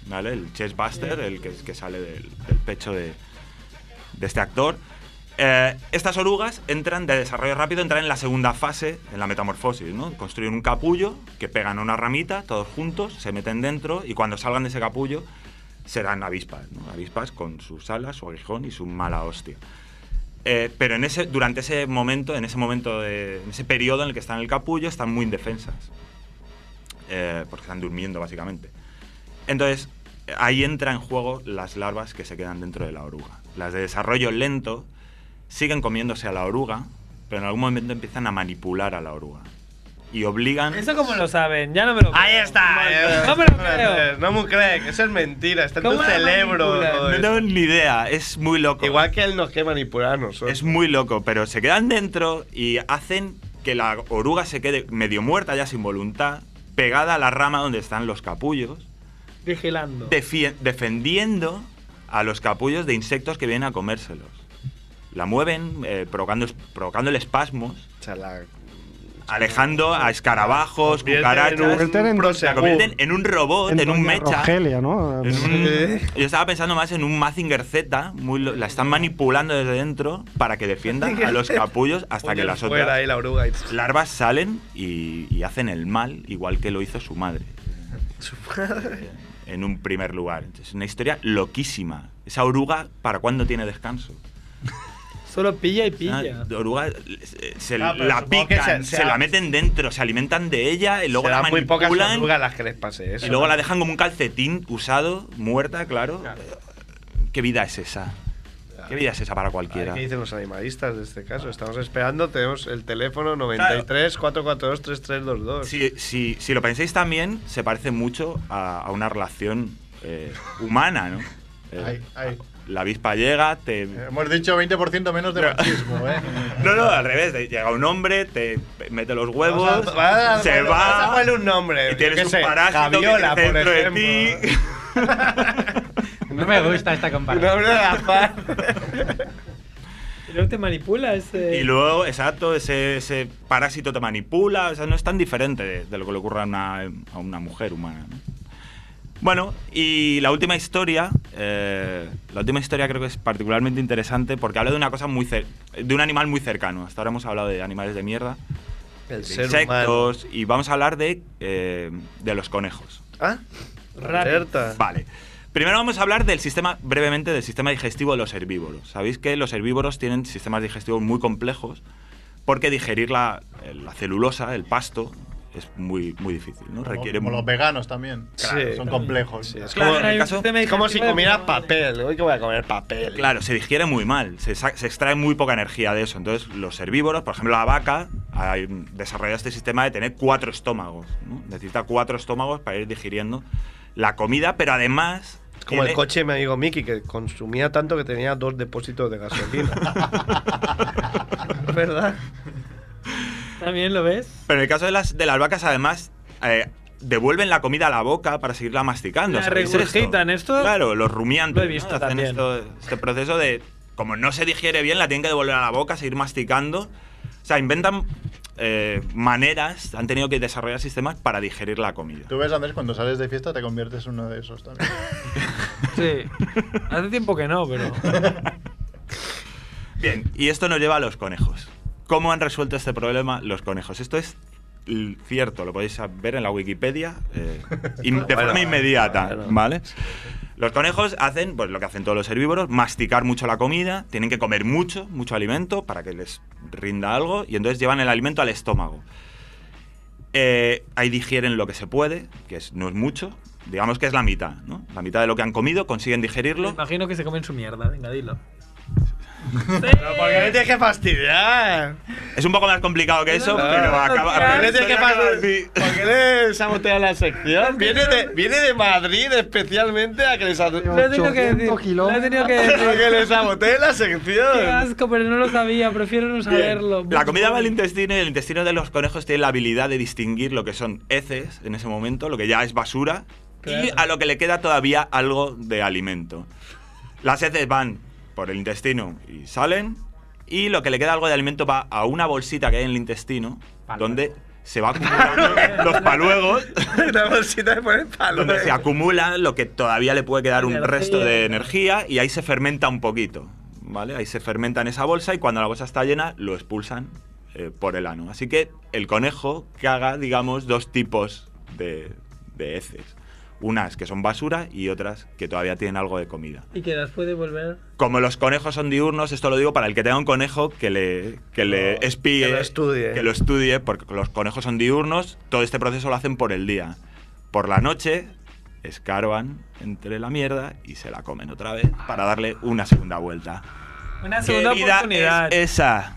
¿vale? El chestbuster, el que, que sale del, del pecho de, de este actor. Eh, estas orugas entran de desarrollo rápido, entran en la segunda fase, en la metamorfosis, ¿no? Construyen un capullo que pegan a una ramita, todos juntos, se meten dentro y cuando salgan de ese capullo serán avispas, ¿no? Avispas con sus alas, su aguijón y su mala hostia. Eh, pero en ese, durante ese momento, en ese momento, de- en ese periodo en el que están en el capullo, están muy indefensas. Eh, porque están durmiendo, básicamente. Entonces, ahí entra en juego las larvas que se quedan dentro de la oruga. Las de desarrollo lento siguen comiéndose a la oruga, pero en algún momento empiezan a manipular a la oruga. Y obligan...
Eso como lo saben, ya no me lo creo.
Ahí está. eh.
No me lo creo.
No me creo, que eso es mentira, está en
¿Cómo
tu
la
cerebro.
manipulan?
todo
No
eso.
tengo ni idea, es muy loco.
Igual que él nos quiere manipular a nosotros.
Es muy loco, pero se quedan dentro y hacen que la oruga se quede medio muerta ya sin voluntad, pegada a la rama donde están los capullos,
Vigilando.
defi- defendiendo a los capullos de insectos que vienen a comérselos. La mueven, eh, provocando, provocándole espasmos,
O sea, la-
alejando a escarabajos,
Convierten en un-
cucarachas.
Convierten en un
la convierten en un robot, en, un
Doña
mecha.
Rogelia, ¿no?
Es
Eh,
un- yo estaba pensando más en un Mazinger Z, muy lo- la están manipulando desde dentro para que defienda a los capullos hasta que
Ponle
las
fuera eh.
otras
ahí la oruga y-
larvas salen y, y hacen el mal, igual que lo hizo su madre, en un primer lugar. Es una historia loquísima. Esa oruga, ¿para cuándo tiene descanso?
Solo pilla y
Ah,
pilla.
de oruga eh, se
Ah, pero
la
supongo que
pican,
se-
se,
se
la
ha-
meten dentro, se alimentan de ella y luego
Serán
la
muy pocas
manipulan
orugas las que les pase eso.
y luego
¿no?
la dejan como un calcetín usado, muerta, claro. Eh, ¿Qué vida es esa? ¿Qué vida es esa para
A ver
cualquiera?
¿Qué dicen los animalistas de este caso? Estamos esperando, tenemos el teléfono 93 442 3322.
Si, si- si lo pensáis también, se parece mucho a, a una relación eh, humana, ¿no? Eh,
Ahí, ahí.
la avispa llega, te...
Eh.
Hemos dicho 20% menos de machismo, ¿eh?
No, no, al revés. te Llega un hombre, te mete los huevos,
Vamos a- va-
se
va-
va.
vamos a ponerle un nombre,
Y
yo
tienes
qué
un
sé,
parásito
Javiola,
que crece
por
dentro de ti.
No me gusta esta comparación.
nombre de la
Y luego te manipula ese.
Y luego, exacto, ese, ese parásito te manipula. O sea, no es tan diferente de, de lo que le ocurre a una, a una mujer humana. ¿no? Bueno, y la última historia, eh, la última historia creo que es particularmente interesante porque habla de una cosa muy cer- de un animal muy cercano. Hasta ahora hemos hablado de animales de mierda,
El
de
ser
insectos y vamos a hablar de, eh, de los conejos.
¿Ah? Alerta.
Vale. Primero vamos a hablar del sistema, brevemente, del sistema digestivo de los herbívoros. Sabéis que los herbívoros tienen sistemas digestivos muy complejos porque digerir la, eh, la celulosa, el pasto, es muy, muy difícil, ¿no?
Como,
Requiere
como los
mu-
veganos también.
Claro,
son complejos.
es
Claro,
como,
en el
es
caso-
como si comieras papel. Hoy que voy a comer papel.
Claro, se digiere muy mal, se, sa- se extrae muy poca energía de eso. Entonces, los herbívoros, por ejemplo, la vaca, ha desarrollado este sistema de tener cuatro estómagos. ¿no? Necesita cuatro estómagos para ir digiriendo la comida, pero además.
Es como el
tiene-
coche de mi amigo Mickey, que consumía tanto que tenía dos depósitos de gasolina. ¿Verdad?
¿También lo ves?
Pero en el caso de las, de las vacas, además, eh, devuelven la comida a la boca para seguirla masticando.
La
¿sabéis esto?
regurgitan esto.
Claro, los rumiantes.
Lo he visto
¿no? Hacen
también.
esto- este proceso de, como no se digiere bien, la tienen que devolver a la boca, seguir masticando. O sea, inventan eh, maneras, han tenido que desarrollar sistemas para digerir la comida.
Tú ves, Andrés, cuando sales de fiesta te conviertes en uno de esos también.
Sí. Hace tiempo que no, pero.
Bien, y esto nos lleva a los conejos. ¿Cómo han resuelto este problema los conejos? Esto es l- cierto, lo podéis ver en la Wikipedia eh, in- de
Bueno,
forma inmediata,
bueno.
¿vale? Los conejos hacen pues, lo que hacen todos los herbívoros, masticar mucho la comida, tienen que comer mucho, mucho alimento para que les rinda algo y entonces llevan el alimento al estómago. Eh, ahí digieren lo que se puede, que es- no es mucho, digamos que es la mitad, ¿no? La mitad de lo que han comido consiguen
Me
digerirlo
imagino que se comen su mierda. Venga, dilo.
¿Por qué me tienes que fastidiar?
Es un poco más complicado que eso, pero acaba.
¿Por qué le tienes que
pero acaba-
fastidiar? ¿Por qué le saboteas la sección? Viene de, viene de Madrid especialmente a que le
Lo he tenido que
sabotees.
decir. Lo he tenido que
A
decir.
que le sabotees la
Qué
sección.
asco, pero no lo sabía. Prefiero no saberlo.
La comida va al intestino y el intestino de los conejos tiene la habilidad de distinguir lo que son heces en ese momento, lo que ya es basura, y a lo que le queda todavía algo de alimento. Las heces van por el intestino y salen, y lo que le queda algo de alimento va a una bolsita que hay en el intestino, donde se va acumulando los paluegos.
Una bolsita de poner palo.
donde se acumula lo que todavía le puede quedar un
Energía.
resto de energía y ahí se fermenta un poquito, ¿vale? Ahí se fermenta en esa bolsa y cuando la bolsa está llena lo expulsan eh, por el ano. Así que el conejo caga, digamos, dos tipos de, de heces. Unas que son basura y otras que todavía tienen algo de comida.
Y que las puede volver.
Como los conejos son diurnos, esto lo digo para el que tenga un conejo que le, que le
No,
espíe,
que lo estudie.
que lo estudie, porque los conejos son diurnos, todo este proceso lo hacen por el día. Por la noche escarban entre la mierda y se la comen otra vez para darle una segunda vuelta.
Una
¿Qué
segunda
vida
oportunidad.
es Ah. esa.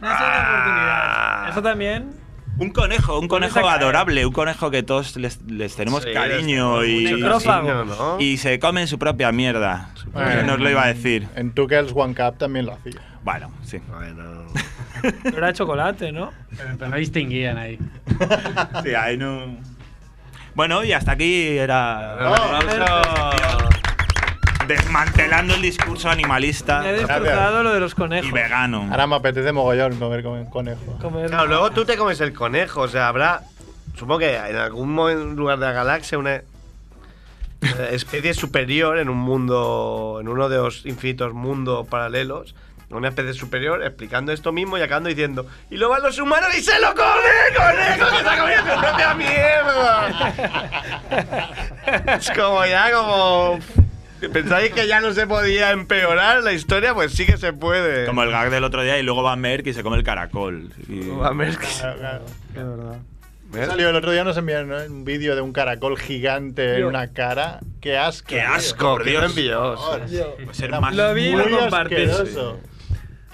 Una segunda oportunidad. Eso también.
Un conejo, un
Vuelves a
conejo
caer.
adorable, un conejo que todos les, les tenemos
Sí,
cariño
les
y,
tenemos mucho cariño, ¿no?
y se comen su propia mierda.
propia
No os lo iba a decir.
Eh, En Two Girls One Cup también lo hacía.
Bueno, sí.
Bueno.
Pero era chocolate, ¿no?
Pero pero no distinguían ahí.
Sí, ahí no. Bueno, y hasta aquí era. Desmantelando el discurso animalista
Me ha destrozado lo de los
y
conejos.
vegano.
Ahora me apetece mogollón comer con conejo.
Comer-
Claro, luego tú te comes el conejo, o sea, habrá. Supongo que en algún mo- lugar de la galaxia una eh, especie superior en un mundo, en uno de los infinitos mundos paralelos, una especie superior explicando esto mismo y acabando diciendo y lo van los humanos y se lo comen, conejo, se está comiendo su propia mierda. es como ya como ¿Pensáis que ya no se podía empeorar la historia? Pues sí que se puede.
Como el gag del otro día y luego va Merck y se come el caracol. Y-
Va Merck y se-
Claro, claro.
De verdad.
Ha salido el otro día nos enviaron ¿no? un vídeo de un caracol gigante en
Dios.
una cara. ¡Qué asco!
¡Qué asco, por Dios!
Pues
Puede ser más muy asqueroso.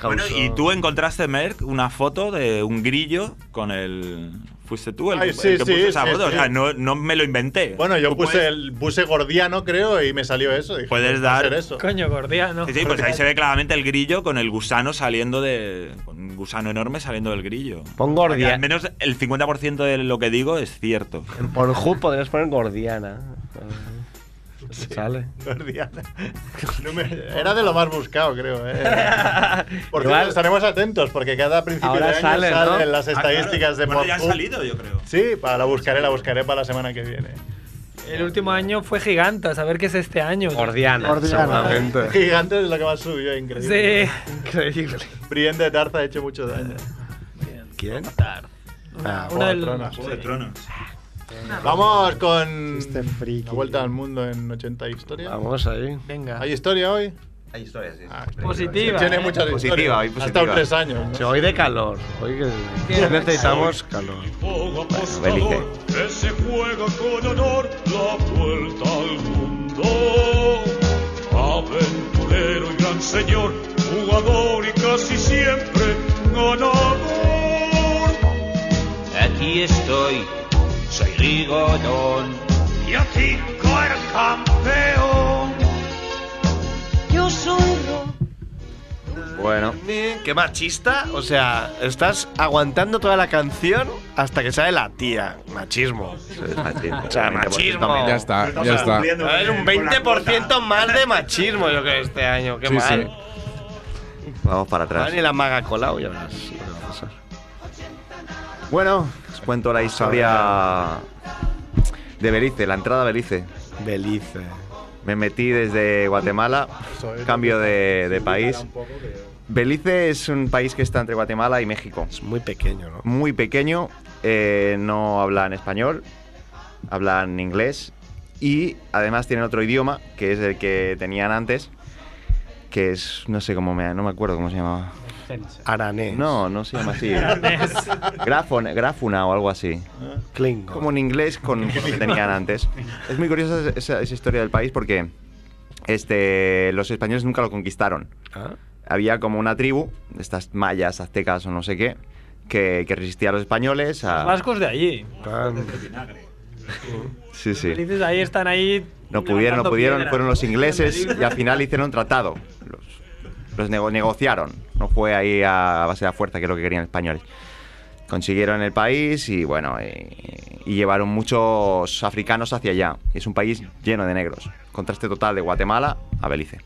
Bueno,
Causó-
y tú encontraste, Merck, una foto de un grillo con el. ¿Fuiste tú el,
Ay,
el
sí,
que puso
sí,
esa
sí,
foto? O
sí.
sea, no, no me lo inventé.
Bueno, yo
Tú
puse,
puedes-
el, puse gordiano, creo, y me salió eso. Dije,
Puedes
"Pues va a
dar-
ser eso.
Coño, gordiano.
Sí, sí, pues ahí se ve claramente el grillo con el gusano saliendo de. con un gusano enorme saliendo del grillo.
Pon
Porque
Gordiana.
al menos el 50% de lo que digo es cierto.
En Pornhub podrías poner Gordiana. Sale.
Gordiana. No me- era de lo más buscado, creo. ¿eh? Por cierto,
Igual-
estaremos atentos porque cada principio
Ahora
de año
salen,
salen,
¿no?
las
Ah,
estadísticas de
Bueno, ya han
Pornhub.
salido, yo creo.
Sí, pa- la buscaré, la buscaré para la semana que viene.
El último año fue Giganta, a ver qué es este año.
Gordiana,
Gigante es lo que más subió, increíble.
Sí.
Increíble.
Brienne de Tarza ha hecho mucho daño.
¿Quién?
Ah,
una
Juego de
del-
Tronos,
Juego
sí.
de Tronos.
Vamos con la vuelta al mundo en 80 historias.
Vamos ahí.
Venga.
¿Hay historia hoy?
Hay historias, sí.
Positiva.
eh.
Tiene muchas historias.
Positiva, hoy
Ha
positiva.
estado tres años. ¿no?
Se hoy de calor. Hoy que
Qué
necesitamos
rico.
calor.
Todo
Bélice.
apostador que se juega con honor la vuelta al mundo. Aventurero y gran señor, jugador y casi siempre ganador.
Aquí estoy, soy Rigodón.
Y a ti caer campeón.
Yo soy
Bueno. Qué machista. O sea, estás aguantando toda la canción hasta que sale la tía. Machismo. O sea,
Oh.
machismo.
Ya está, ya está.
Es un 20% más de machismo yo creo este año. Qué
Sí, sí.
mal.
Vamos para atrás.
Ahora Ni la maga colado ya verás lo que va a pasar.
Bueno, os cuento la historia de Belice, la entrada a Belice.
Belice.
Me metí desde Guatemala, cambio de, de país. Belice es un país que está entre Guatemala y México.
Es muy pequeño, ¿no?
Muy pequeño, eh, no hablan español, hablan inglés y además tienen otro idioma, que es el que tenían antes, que es, no sé cómo me, no me acuerdo cómo se llamaba.
Aranés.
No, no se llama así.
Aranés.
Grafon- Grafuna o algo así.
Klingon.
Como en inglés con lo que tenían antes. Es muy curiosa esa, esa historia del país porque este, los españoles nunca lo conquistaron.
Ah.
Había como una tribu, estas mayas, aztecas o no sé qué, que, que resistía a los españoles. A...
Vascos de allí.
Sí, sí.
Felices ahí están ahí.
No pudieron, no
levantando
pudieron,
piedras.
fueron los ingleses y al final hicieron un tratado. Los, los nego- negociaron, no fue ahí a base de la fuerza que es lo que querían españoles. Consiguieron el país y bueno, eh, y llevaron muchos africanos hacia allá. Es un país lleno de negros. Contraste total de Guatemala a Belice.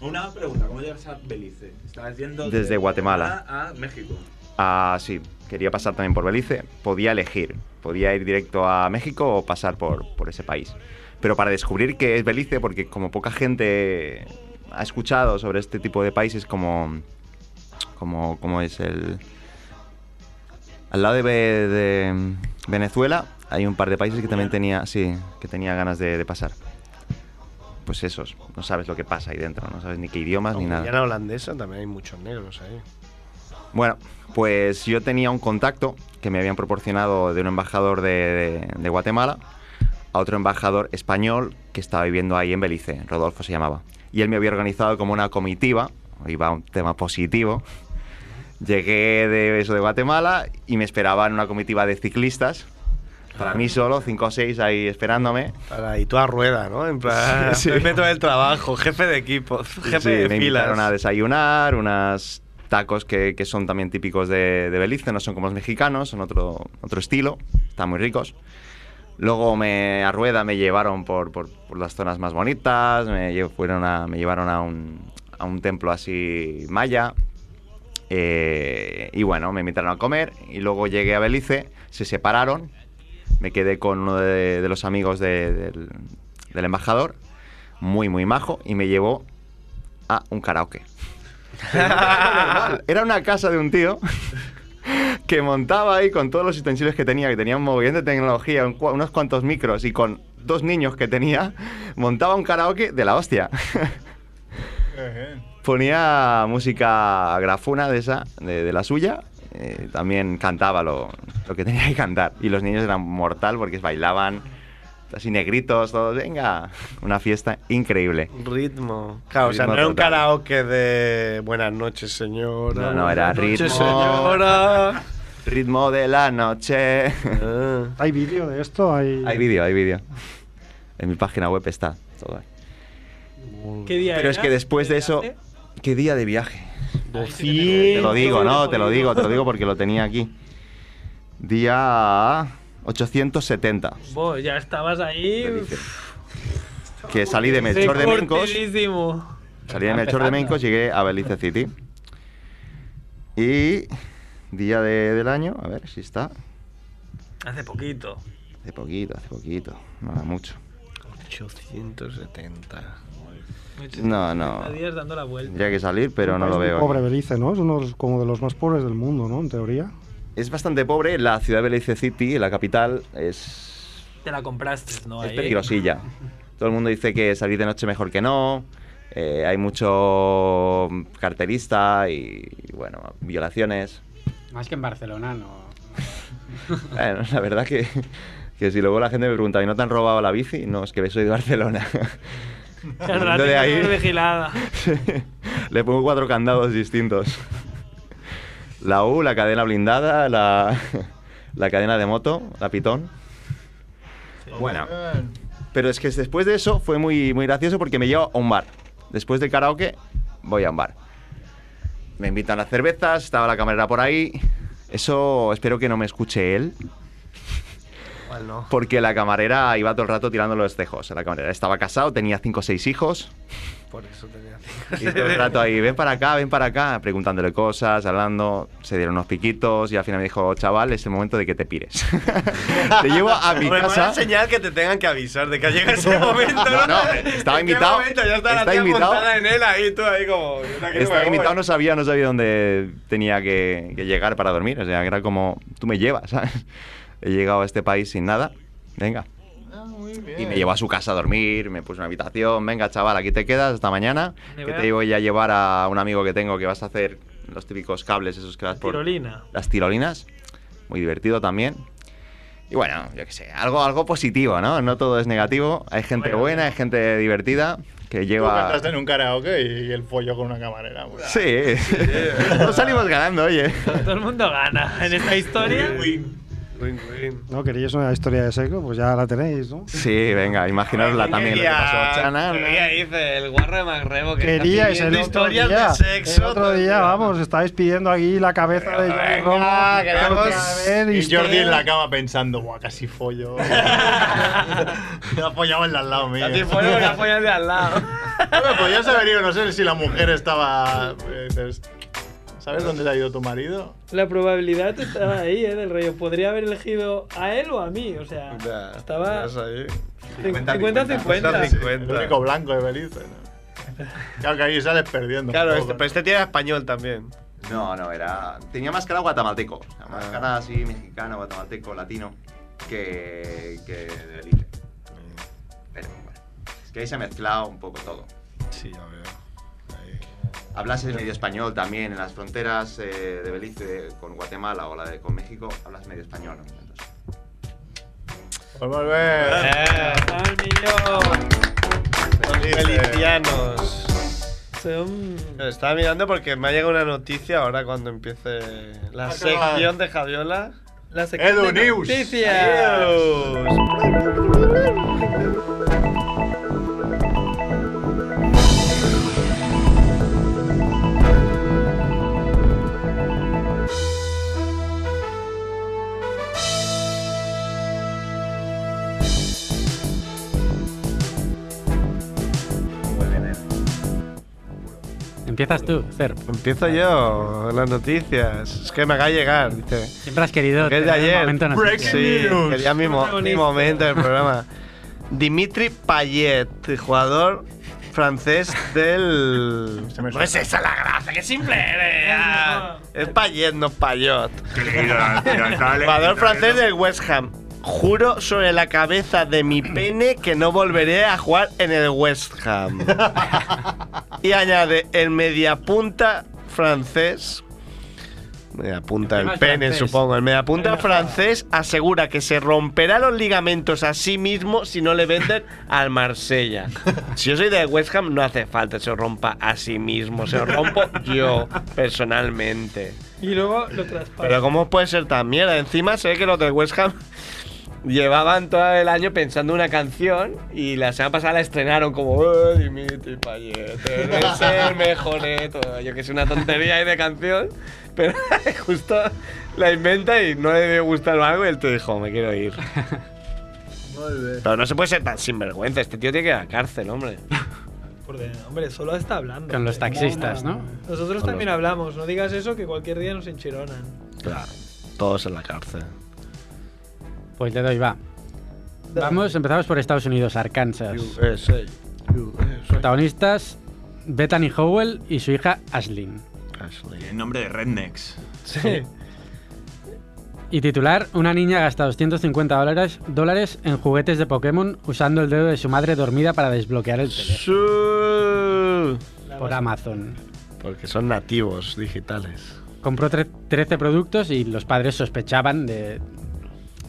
Una pregunta, ¿cómo llegas a Belice? Estabas yendo
Desde Guatemala.
a México.
Ah, sí, quería pasar también por Belice. Podía elegir, podía ir directo a México o pasar por, por ese país. Pero para descubrir qué es Belice, porque como poca gente ha escuchado sobre este tipo de países, como, como, como es el... Al lado de, Ve- de Venezuela hay un par de países que también tenía, sí, que tenía ganas de, de pasar. Pues esos, no sabes lo que pasa ahí dentro, no sabes ni qué idiomas ni nada.
Aunque ya en holandesa también hay muchos negros ahí.
Bueno, pues yo tenía un contacto que me habían proporcionado de un embajador de, de- de Guatemala a otro embajador español que estaba viviendo ahí en Belice, Rodolfo se llamaba. Y él me había organizado como una comitiva, iba a un tema positivo. Llegué de eso de Guatemala y me esperaban una comitiva de ciclistas. Para mí solo, cinco o seis ahí esperándome.
Para, y toda rueda, ¿no? En
¿eh?
plan,
Sí, sí.
jefe del trabajo, jefe de equipo, jefe
Sí,
de
me invitaron a
filas.
desayunar, unas tacos que, que son también típicos de, de Belice, no son como los mexicanos, son otro, otro estilo, están muy ricos. Luego me, a rueda me llevaron por, por- por las zonas más bonitas, me, lle- fueron a- me llevaron a un, a un templo así maya. eh, y bueno, me invitaron a comer y luego llegué a Belice, se separaron, me quedé con uno de, de los amigos de- del, del embajador, muy muy majo, y me llevó a un karaoke. Era una casa de un tío que montaba ahí con todos los utensilios que tenía, que tenía un mogollón de tecnología, un cua- unos cuantos micros y con dos niños que tenía, montaba un karaoke de la hostia. Ponía música grafuna de esa, de, de la suya. eh, también cantaba lo, lo que tenía que cantar. Y los niños eran mortal porque bailaban así negritos, todos. Venga, una fiesta increíble.
Ritmo. Claro, o sea,
Ritmo
no era un
total.
karaoke de buenas noches, señora.
No, no, era
buenas noches,
ritmo.
señora.
Ritmo de la noche.
Ah.
¿Hay vídeo de esto? ¿Hay,
Hay vídeo, hay vídeo. En mi página web está todo ahí.
¿Qué día
Pero es
era?
que después de eso, ¿qué día de viaje? Te
Te
lo digo, no, te lo digo, te lo digo porque lo tenía aquí. Día 870,
Vos, ya estabas ahí.
que salí de Melchor de Mencos,
Recortidísimo.
salí de Melchor de Mencos, llegué a Belice City. Y día de- del año, a ver si está,
Hace poquito.
hace poquito, hace poquito, no era mucho.
870.
No, no.
días dando la vuelta.
Tendría que salir, pero no
Es
lo
muy
veo.
Pobre Belice, ¿no? Es uno de los- como de los más pobres del mundo, ¿no? En teoría.
Es bastante pobre, la ciudad de Belice City, la capital, es
Te la compraste, ¿no? ¿eh?
Es
Ahí.
peligrosilla. Todo el mundo dice que salir de noche mejor que no. eh, hay mucho carterista y, bueno, violaciones.
Más que en Barcelona, no.
Bueno, Eh, la verdad que, que si luego la gente me pregunta, ¿y no te han robado la bici? No, es que soy de Barcelona.
Claro, la
Viniendo de
tenía
ahí,
vigilada.
le pongo cuatro candados distintos. La U, la cadena blindada, la, la cadena de moto, la pitón. Bueno. Pero es que después de eso fue muy, muy gracioso porque me lleva a un bar. Después del karaoke, voy a un bar. Me invitan a cervezas, estaba la camarera por ahí. Eso espero que no me escuche él,
Igual no.
porque la camarera iba todo el rato tirando los tejos. La camarera estaba casado, tenía cinco o seis hijos.
Por eso tenía
Y todo el rato ahí, ven para acá, ven para acá, preguntándole cosas, hablando. Se dieron unos piquitos y al final me dijo, chaval, es el momento de que te pires. te llevo a mi
Hombre,
casa.
mala señal que te tengan que avisar de que llega ese momento,
No,
¿no?
no, eh, estaba
¿En qué
invitado,
momento? Ya está la
está
tía
invitado.
montada en él ahí, tú ahí como... "Yo de aquí no me
Estaba
voy".
invitado, no sabía, no sabía dónde tenía que, que llegar para dormir. O sea, era como, tú me llevas, ¿sabes? He llegado a este país sin nada, venga. Y me llevó a su casa a dormir, me puso una habitación, venga chaval, aquí te quedas hasta mañana, que
Me voy a-
te voy a llevar a un amigo que tengo que vas a hacer los típicos cables esos que vas por
Tirolina.
las tirolinas, muy divertido también. Y bueno, yo qué sé, algo, algo positivo, ¿no? No todo es negativo, hay gente buena, hay gente divertida que
Tú
lleva...
cantaste en un karaoke y el pollo con una camarera. pues.
Sí, nos salimos ganando, oye.
Todo el mundo gana en esta historia.
¿No queríais una historia de sexo? Pues ya la tenéis, ¿no?
Sí, venga, imaginarosla también lo que pasó. Chana,
dice el guarro de Magrebo que
Queríais
está
el
pidiendo
otro
historias
día.
de sexo.
El otro día, vamos, estáis pidiendo aquí la cabeza de Johnny Romo.
queremos-
A ver,
Y Jordi en la
historia.
cama pensando, guau, casi follo. Me ha follado el de al lado mío.
Casi follo, me ha follado el de al lado.
Bueno, pues podías haber ido, no sé si la mujer estaba. eh, des- ¿Sabes dónde se ha ido tu marido?
La probabilidad estaba ahí, ¿eh? Del rollo. Podría haber elegido a él o a mí, o sea. Estaba.
estás ahí.
50-50.
El único blanco de Belice. ¿no? Claro que ahí sales perdiendo.
Claro,
un
este,
poco,
pero este tío era español también.
No, no, era. Tenía máscara guatemalteco. La máscara así mexicana, guatemalteco, latino. Que. que de Belice. Pero bueno. Es que ahí se ha mezclado un poco todo.
Sí, ya veo.
Hablas el medio español también en las fronteras eh, de Belice con Guatemala o la de con México, hablas medio español.
este-
¿no? Pues volver.
Eh,
Ah,
Felicianos.
Son...
Estaba mirando porque me ha llegado una noticia ahora cuando empiece la sección de Javiola.
La sección Edu de News. noticias.
Empiezas tú, Cerp.
Empiezo yo las noticias. Es que me acaba de llegar, dice.
Siempre has querido.
Que es de
tener un
ayer.
momento noticia.
sí, quería mi, mo- mi momento del programa. Dimitri Payet, jugador francés del.
Este
No es esa la gracia, qué simple eres. ah. Es Payet, no Payot.
mira, mira, dale,
Jugador
mira,
francés del West Ham. Juro sobre la cabeza de mi pene que no volveré a jugar en el West Ham. y añade el mediapunta francés. Mediapunta el
más
pene,
francés.
supongo. El mediapunta
Menos
francés asegura que se romperá los ligamentos a sí mismo si no le venden al Marsella. Si yo soy de West Ham, no hace falta que se rompa a sí mismo. Se lo rompo yo, personalmente.
Y luego lo traspasa.
Pero ¿cómo puede ser tan mierda? Encima se ve que los de West Ham llevaban todo el año pensando una canción y la semana pasada la estrenaron como "Ay, Dimitri Payet, eres el mejor de todo". Yo que sé, una tontería ahí de canción, pero justo la inventa y no le debe gustar algo y él te dijo, me quiero ir. Pero no se puede ser tan sinvergüenza, este tío tiene que ir a la cárcel, hombre.
Porque, hombre, solo está hablando. ¿eh?
Con los taxistas, ¿no?
Nosotros
Con
también
los-
hablamos, no digas eso que cualquier día nos enchironan.
Claro, todos en la cárcel.
Pues le doy, va. Vamos, empezamos por Estados Unidos, Arkansas.
USA.
Protagonistas, Bethany Howell y su hija Ashlyn.
Tiene nombre de Rednecks.
Sí.
Y titular, una niña gasta 250 dólares, dólares en juguetes de Pokémon usando el dedo de su madre dormida para desbloquear el teléfono. Por Amazon.
Porque son nativos digitales.
Compró tre- 13 productos y los padres sospechaban de...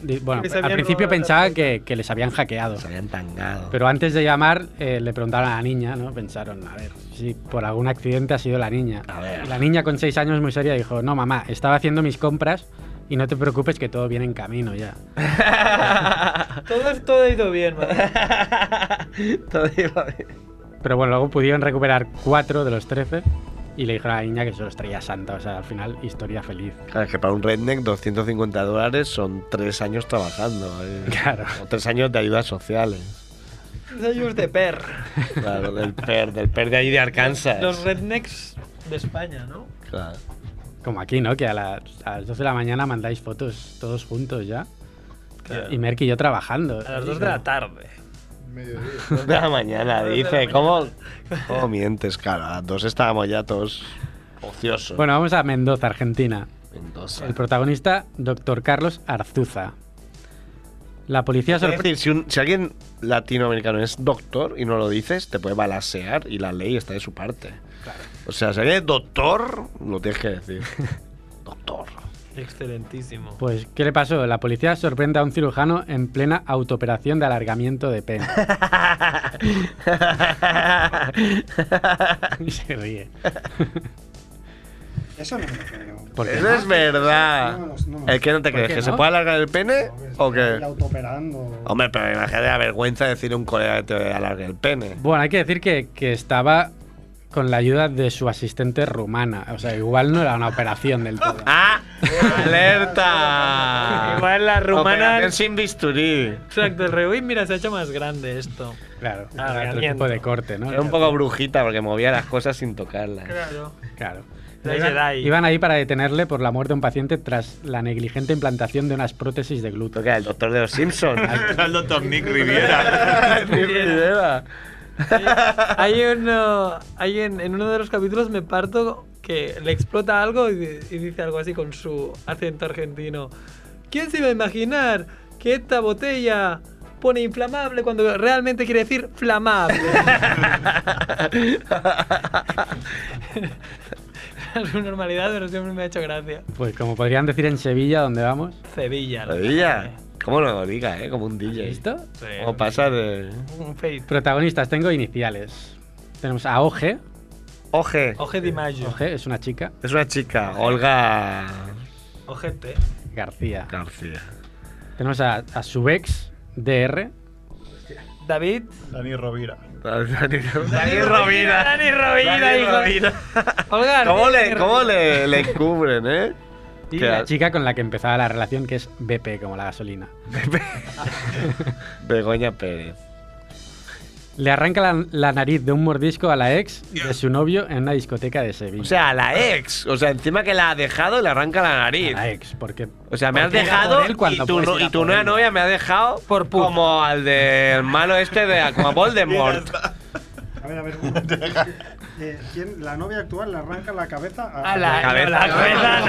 de- bueno,
Que se
al
habían
principio
robado la
pensaban que, que les habían hackeado.
Pues
Se habían tangado.
Pero antes de llamar, eh, le preguntaron a la niña, ¿no? Pensaron, a ver, si por algún accidente ha sido la niña. Y La niña con 6 años muy seria dijo, no, mamá, estaba haciendo mis compras y no te preocupes que todo viene en camino ya.
Todo, todo ha ido bien, madre.
todo iba bien.
Pero bueno, luego pudieron recuperar 4 de los 13 y le dijeron a la niña que se los traía Santa. O sea, al final, historia feliz.
Claro, es que para un redneck 250 dólares son tres años trabajando. ¿eh?
Claro.
O tres años de ayudas sociales.
Desayunos de per.
Claro, del PER, del PER de ahí de Arkansas.
Los rednecks de España, ¿no?
Claro.
Como aquí, ¿no? Que a las, a las 12 de la mañana mandáis fotos todos juntos ya.
Claro.
Y Merck y yo trabajando.
A las 2 de la tarde. Mediodía.
Dos de la mañana,
Dos de la
dice. ¿Cómo, cómo mientes, cara? A las dos estábamos ya todos ociosos.
Bueno, vamos a Mendoza, Argentina.
Mendoza.
El protagonista, doctor Carlos Arzuza. La policía
Es
sorprende.
decir, si, un- si alguien latinoamericano es doctor y no lo dices, te puede balasear y la ley está de su parte. O sea, si alguien es doctor, lo tienes que decir.
Excelentísimo.
Pues, ¿qué le pasó? La policía sorprende a un cirujano en plena autooperación de alargamiento de pene. y se ríe.
Eso no me lo creo.
¿Por qué
Eso
no?
es verdad.
No, no, no, no.
¿El que no te
¿Por
crees?
qué
¿Que se
no?
puede alargar el pene? ¿O
Y
que
autooperando.
Hombre, pero imagínate la vergüenza de decir a un colega que te alargue el pene.
Bueno, hay que decir que, que estaba con la ayuda de su asistente rumana. O sea, igual no era una operación del todo.
¡Ah! ¡Alerta!
Igual la rumana-
Operación sin bisturí.
Exacto, el reboín, mira, se ha hecho más grande esto.
Claro,
Ah,
otro tipo de corte, ¿no?
Era un poco brujita porque movía las cosas sin tocarlas.
Claro.
Claro.
La
Iban,
Jedi.
iban ahí para detenerle por la muerte de un paciente tras la negligente implantación de unas prótesis de glúteo.
el doctor de los Simpsons.
Era el doctor Nick Riviera.
Hay uno, hay en, en uno de los capítulos me parto que le explota algo y, di- y dice algo así con su acento argentino. ¿Quién se iba a imaginar que esta botella pone inflamable cuando realmente quiere decir flamable? Su normalidad, pero siempre me ha hecho gracia.
Pues como podrían decir en Sevilla, donde vamos.
Sevilla. la
Maravilla. ¿Cómo lo diga, eh? Como un DJ.
¿Listo?
Sí.
¿Cómo pasa de.
Un fade.
Protagonistas, tengo iniciales. Tenemos a Oje.
Oje.
Oje Di Maggio.
Oje es una chica.
Es una chica, Olga
Ojete.
García.
García.
Tenemos a, a Subex, DR.
David.
Dani Rovira.
Dani
Dani Rovira. Dani Rovira,
Dani
hijo.
Rovira.
Olga,
¿Cómo le,
Dani
cómo
Rovira.
le, le cubren, eh?
Y
Que
la
a-
chica con la que empezaba la relación, que es BP, como la gasolina.
Begoña Pérez.
Le arranca la, la nariz de un mordisco a la ex de su novio en una discoteca de Sevilla.
O sea, la ex. O sea, encima que la ha dejado, le arranca la nariz.
la ex, porque
O sea, me
¿Por
has
qué ir a
dejado
por él cuando
y tu,
puedes
no-
ir a
y tu
por
nueva
él?
novia me ha dejado como al del malo este de como a Voldemort.
A ver, a ver. eh, ¿quién- la novia actual le arranca la cabeza
A la- La cabeza,
la cabeza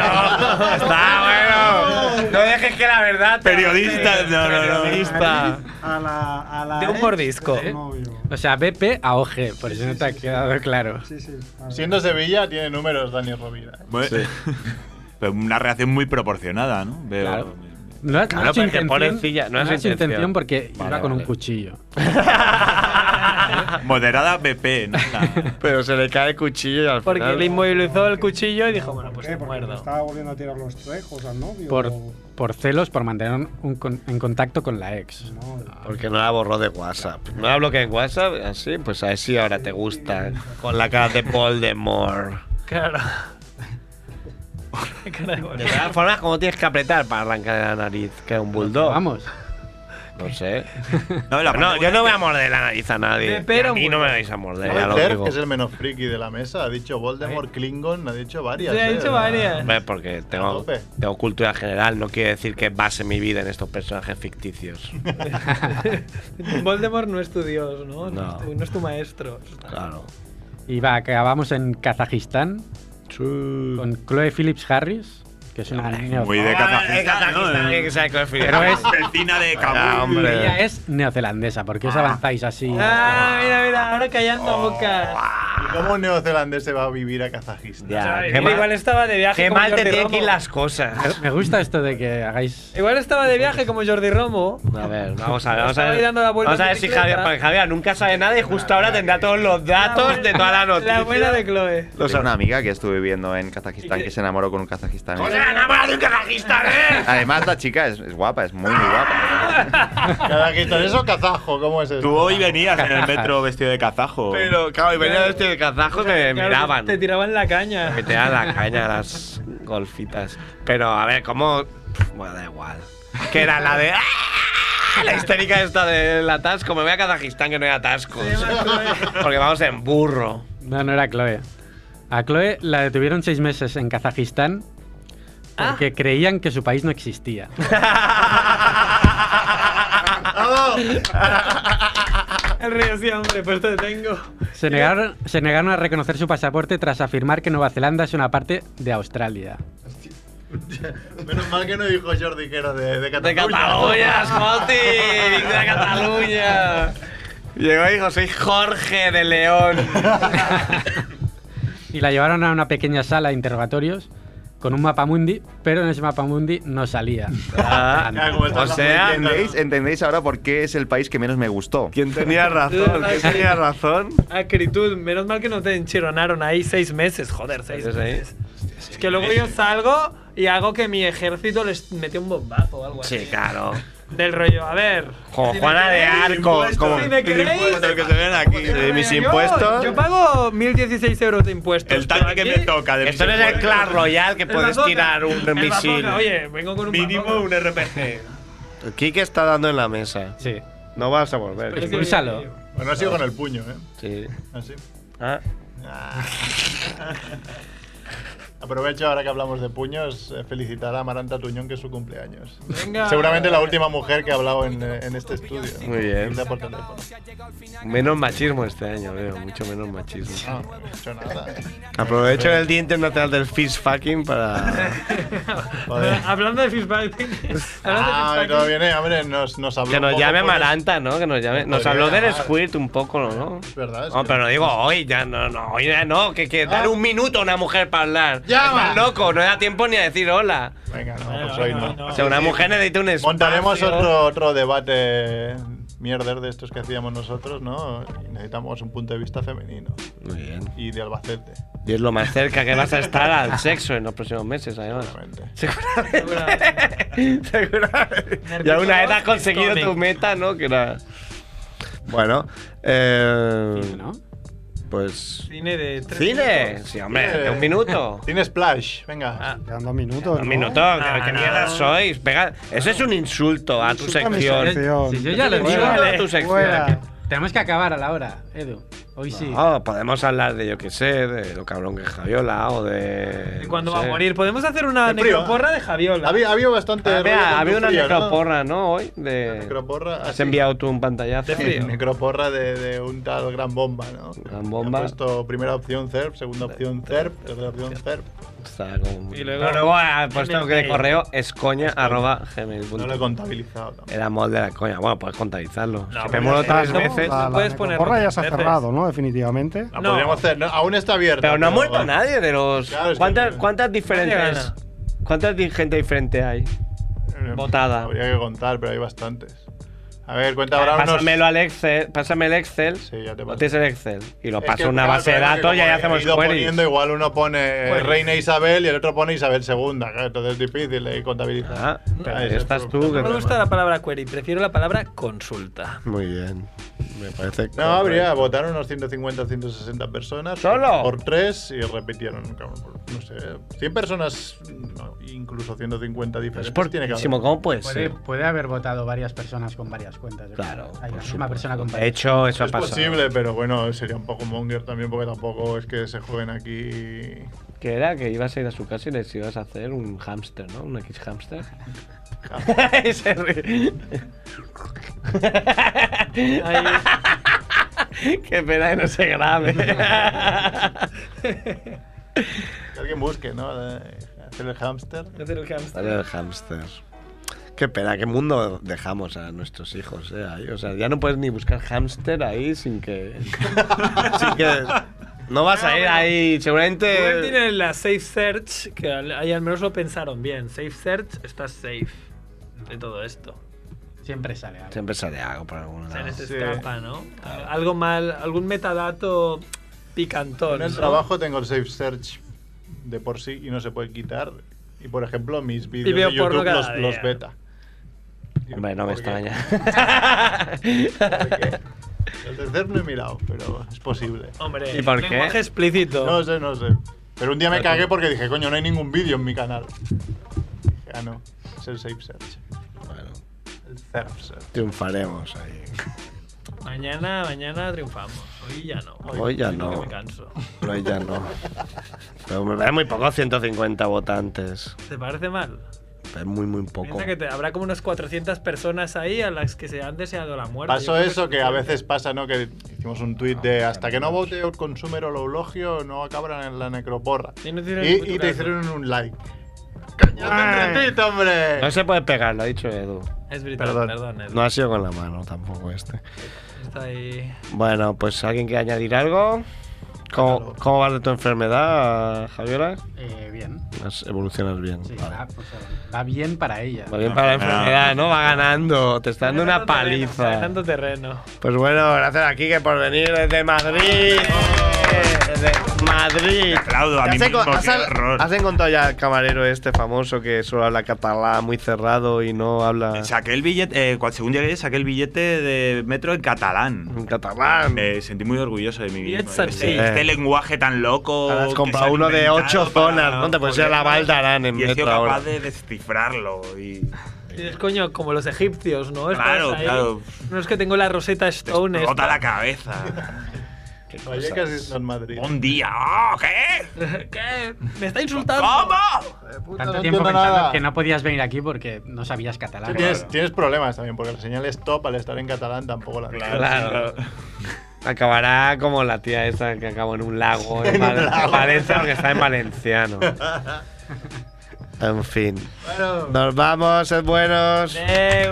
no. Está bueno. No dejes que la verdad. Periodista. No, no, no.
A la, a la
De un
ex
mordisco.
del novio.
O sea, BP a OG, por eso no te ha quedado claro.
Siendo Sevilla, tiene números Dani Rovira.
Bueno, Pero una reacción muy proporcionada, ¿no? Veo.
Claro. No has, no
Claro,
has hecho
pero que
intención,
pobrecilla, no
no
es
has hecho
intención.
intención porque
Vale,
iba con
vale.
un cuchillo.
Moderada BP, ¿no?
Pero se le cae cuchillo y al
Porque
final.
le inmovilizó el cuchillo y dijo, bueno, pues
¿Qué?
te
Porque le
muerdo.
estaba volviendo a tirar los trejos al novio.
Por,
o-
por celos, por mantener un- un con- en contacto con la ex.
Porque no la borró de WhatsApp. No la bloqueé en WhatsApp, así, pues así ahora te gusta. Con la cara de Voldemort.
Claro.
De todas formas, ¿cómo tienes que apretar para arrancar de la nariz? Que es un bulldog. Vamos. No sé. No, yo no voy a morder la nariz a nadie.
De
Y a mí no me vais a morder, ya lo
Fer,
digo.
que es el menos friki de la mesa, ha dicho Voldemort, Klingon, ha dicho varias.
Sí, ha
eh,
dicho
la-
varias.
Hombre, porque tengo,
tope.
tengo cultura general, no quiere decir que base mi vida en estos personajes ficticios.
Voldemort no es tu dios,
No.
¿no? No, es tu, no es tu maestro.
Claro.
Y va, acabamos en Kazajistán con Chloe Phillips Harris, que es una niña.
Muy
Ah,
de Kazajistán. ¿no?
Tiene que saber coger
Pero es-
Vecina de
Ah,
Kabul.
hombre.
Ella es neozelandesa, ¿por qué os avanzáis así?
Ah, mira, mira, ahora callando
Oh.
bocas.
¿Y ¿Cómo un neozelandés se va a vivir a Kazajistán?
Ya, qué mal- Igual estaba de viaje
Qué
como
mal te
Jordi
tienen que ir
Ramos.
las cosas.
Me gusta esto de que hagáis.
Igual estaba de viaje como Jordi Romo.
A ver, vamos a ver, vamos a
Estaba
ver.
dando la vuelta
Vamos a
en
ver si
bicicleta.
Javier, porque Javier nunca sabe nada y justo ahora tendrá todos los datos de toda la noticia.
La buena de Chloe.
Tengo una amiga que estuve viviendo en Kazajistán que se enamoró con un kazajistanés.
Pues de un kazajistán, eh!
Además, la chica es, es guapa, es muy, muy guapa.
¿Kazajistán o kazajo? ¿Cómo es eso?
Tú hoy venías en el metro vestido de kazajo.
Pero, claro, y venía este de kazajos me
Claro,
miraban.
Te tiraban la caña.
Me tiraban la caña las golfitas. Pero, a ver, ¿cómo...? Pff, Bueno, da igual. Que era la de... ¡Ah! La histérica esta del atasco. Me voy a Kazajistán que no hay atascos. Porque vamos en burro.
No, no era Chloe. A Chloe la detuvieron seis meses en Kazajistán porque creían que su país no existía.
El río sí, hombre, pues te tengo.
Se negaron, se negaron a reconocer su pasaporte tras afirmar que Nueva Zelanda es una parte de Australia.
Menos mal que no dijo Jordi que era de, de Cataluña.
Cataluña, Scotty, de Cataluña. Llegó y dijo, soy Jorge de León.
Y la llevaron a una pequeña sala de interrogatorios con un mapa mundi, pero en ese mapa mundi no salía.
Ah, o sea,
¿Entendéis, entendéis ahora por qué es el país que menos me gustó?
¿quién tenía razón? ¿Quién tenía razón?
Acritud, menos mal que no te enchironaron ahí seis meses, joder, seis meses. Es que luego yo salgo y hago que mi ejército les mete un bombazo o algo así.
Sí, claro.
Del rollo, a ver.
Como
si me
Juana de
queréis,
Arco. Como
Si me queréis,
Impuestos que se ven aquí. Sí, mis
yo-
impuestos.
Yo pago 1.016 euros de impuestos.
El tanque que
pero
me
aquí-
toca. De
Esto no es el Clash Royale que
El
puedes
bazooka,
tirar un
el
misil.
bazooka, Oye, vengo con un
Mínimo
bazooka.
un RPG.
El Kike está dando en la mesa.
Sí.
No vas a volver.
Pues
Es que-
Bueno, ha sido con el puño, ¿eh?
Sí.
Así.
Ah.
Ah. Aprovecho ahora que hablamos de puños, eh, felicitar a Maranta Tuñón que es su cumpleaños.
Venga.
Seguramente la última mujer que ha hablado en, eh, en este estudio.
Muy bien.
Ya por teléfono.
Menos machismo este año, veo. Mucho menos machismo.
No, no he hecho nada.
Aprovecho
Eh,
el Día Internacional del Fish Fucking para.
Joder.
Hablando de feedback.
Ah,
hablando de
pero viene, hombre, nos, nos habló.
Que
un
nos
poco
llame
por el-
Maranta, ¿no? Que nos llame. Nos
Podría
habló del
llamar.
Squirt un poco, ¿no?
Es verdad. es
No,
que- Ah.
pero no digo hoy, ya no, no, hoy ya no, que, que dar un minuto a una mujer para hablar.
Llama.
Estás loco, no da tiempo ni a decir hola.
Venga, no, pues hoy no.
O sea, una mujer necesita un espacio.
Montaremos otro, otro debate mierder de estos que hacíamos nosotros, ¿no? Necesitamos un punto de vista femenino
Muy bien.
y de Albacete.
Y es lo más cerca que vas a estar al sexo en los próximos meses, además.
Seguramente.
Seguramente. Y aún una vez has conseguido tu meta, ¿no? Que era. Bueno, eh.
¿no?
Pues.
Cine de tres
¡Cine!
minutos.
Sí, hombre, de un minuto.
Tiene Splash,
Ah.
venga.
Quedan dos minutos.
Un
¿no?
minuto,
Ah,
¿qué- ¿qué mierda sois? Pega- Eso es un insulto a tu
Insulta a mi
sección.
sección.
Si yo ya lo digo,
Fuera de tu sección.
Fuera.
Tenemos que acabar a la hora, Edu. Hoy sí.
Ah, podemos hablar de, yo qué sé, de lo cabrón que es Javiola o de.
¿Y cuándo
no
va a
sé.
morir? Podemos hacer una
Te priva.
necroporra de Javiola.
Había, había bastante.
Ah,
rollo
mira,
con
había
tu
una
frío, ¿no?
necroporra, ¿no? Hoy. De...
Necroporra, ah,
Has
sí.
enviado tú un pantallazo.
Sí, necroporra de, de un tal Gran Bomba, ¿no? Gran
Bomba.
He puesto primera opción CERP, segunda opción CERP, tercera opción CERP.
Está como...
Y
Y
luego-
luego, ha puesto ah, pues que
Gmail.
el correo es coña arroba gmail punto com.
No lo he contabilizado. ¿no?
Era molde de la coña. Bueno, puedes contabilizarlo.
No,
si
pero
te muero
sí,
tres
no,
veces.
la- la Puedes poner
Porra ya
otras
se ha
veces.
cerrado, ¿no? Definitivamente.
La podríamos hacer, ¿no? aún está abierta.
Pero no ha muerto nadie de los.
Claro, es que
¿Cuántas,
no-
cuántas
Nadie
diferentes?
gana.
¿Cuántas di- gente diferente hay? Votada.
Eh, Habría que contar, pero hay bastantes. A ver, cuenta ahora unos.
Eh, Pásamelo al Excel, pásame el Excel. Sí,
ya te
paso. el Excel y lo
Es
paso
que,
a una
claro,
base de
claro, que
datos y ahí
como
hacemos
he ido
queries.
poniendo, igual uno pone eh,
Queries.
Reina Isabel y el otro pone Isabel II. Claro, entonces es difícil eh, contabilizar.
Ah, pero
ese es
estás
el
tú,
problema.
No me gusta la palabra query, prefiero la palabra consulta.
Muy bien. Me parece
No, habría, votaron unos 150, 160 personas. ¿Solo? Por tres y repitieron, cabrón, por, no sé, 100 personas, no, incluso 150 diferentes. tiene que haber.
puede, Puede haber votado varias personas con varias cuentas. Claro. Hay la misma persona con varias
De hecho, eso ha
es
pasado.
posible, pero bueno, sería un poco monger también, porque tampoco es que se jueguen aquí.
Que era que ibas a ir a su casa y les ibas a hacer un hámster, ¿no? Un X hámster. Y se ríe. Qué pena que no se grabe.
Que alguien busque, ¿no? Eh, Hacer el hámster.
Hacer el hámster.
Vale, el hámster. Qué pena, qué mundo dejamos a nuestros hijos, eh, ahí. O sea, ya no puedes ni buscar hámster ahí sin que. sin que. No vas a ir ahí,
Google
seguramente.
tiene la Safe Search, que al- ahí al menos lo pensaron bien. Safe Search está safe de todo esto.
Siempre sale algo.
Siempre sale algo por algún
Ah,
Se
lado.
les escapa, ¿no? Algo mal, algún metadato picantón.
En el
¿no?
trabajo tengo el Safe Search de por sí y no se puede quitar. Y por ejemplo, mis
Y veo
vídeos de
porno
YouTube
cada
los,
día.
los beta.
Hombre, no me extraña.
El tercer no he mirado, pero es posible.
Hombre, ¿Y por qué? lenguaje explícito.
No sé, no sé. Pero un día me
Claro.
cagué porque dije, coño, no hay ningún vídeo en mi canal. Dije, ah, no. Es el Safe Search.
Bueno.
El Surf Search.
Triunfaremos ahí.
Mañana, mañana triunfamos. Hoy ya no.
Hoy ya
creo
no.
que me canso.
Hoy ya no. Pero me parece muy poco 150 votantes.
¿Te parece mal?
Es muy, muy poco.
Piensa que te- habrá como unas 400 personas ahí a las que se han deseado la muerte. Yo
Pasó
eh.
creo
eso
es
que a
suficiente.
veces pasa, ¿no? Que hicimos un tuit de hasta que no vote el consumer o lo eulogio, no acabarán en la necroporra. Y,
no hicieron ningún
y
caso.
te hicieron un like. Ah. ¡Cañón de retweet, hombre!
No se puede pegar, lo ha dicho Edu.
Es brutal,
Perdón.
perdón, Edu.
No ha sido con la mano tampoco este.
Está ahí.
Bueno, pues alguien quiere añadir algo. ¿Cómo, cómo vas de tu enfermedad, Javiola?
Eh, bien.
Has- Evolucionas bien.
Sí,
vale.
va, o sea, va bien para ella.
Va bien para la enfermedad, ¿no? Va ganando. Te está dando una
Está dejando terreno,
Está
paliza.
dejando terreno.
Pues bueno, gracias a Kike por venir desde Madrid. Desde Madrid.
aplaudo a
¿Te
mí
has, enco-
mismo,
has-
qué horror.
has encontrado ya al camarero este famoso que solo habla catalán muy cerrado y no habla.
Saqué el billete, eh, cual- según llegué, saqué el billete de metro en catalán.
En catalán.
Me sentí muy orgulloso de mí
Billets
mismo.
al
Este,
cent.
este lenguaje tan loco.
Ahora Eh. has
que
comprado
se han
uno de
inventado
ocho
para
zonas, ¿no? Te puedes ir a la
jodernos.
Valdarán en
y he sido
metro
capaz
ahora.
de descifrarlo. Y...
Y es coño, como los egipcios, ¿no? Estás
Claro,
ahí.
claro.
No es que tengo la Rosetta Stone.
Rota
esta.
la cabeza.
Vallecas está en Madrid.
Un día. ¡Oh, qué!
¿Qué? ¿Me está insultando?
Tanto
no
tiempo
entiendo
pensando
nada.
que no podías venir aquí porque no sabías catalán.
Sí, tienes, tienes problemas también, porque la señal stop al estar en catalán tampoco la entiendes.
Claro. Acabará como la tía esa que acabó en un lago en, Val- en Valencia porque está en valenciano. En fin. Nos vamos, sed buenos.
Eh,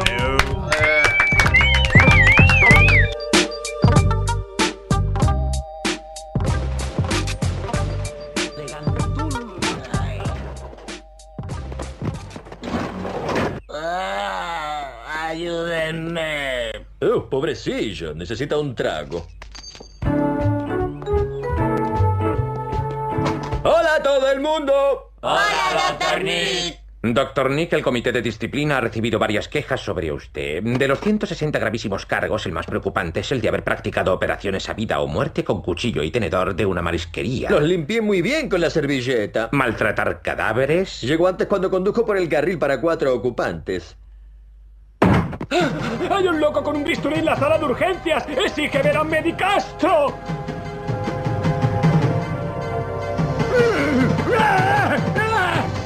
Ayúdenme. Oh, pobrecillo, necesita un trago. ¡Hola a todo el mundo! ¡Hola, doctor Nick!
Doctor Nick, el comité de disciplina ha recibido varias quejas sobre usted. De los 160 gravísimos cargos, el más preocupante es el de haber practicado operaciones a vida o muerte con cuchillo y tenedor de una marisquería.
Los limpié muy bien con la servilleta.
Maltratar cadáveres.
Llegó antes cuando condujo por el carril para cuatro ocupantes.
¡Hay un loco con un bisturí en la sala de urgencias! ¡Exige ver a un medicastro!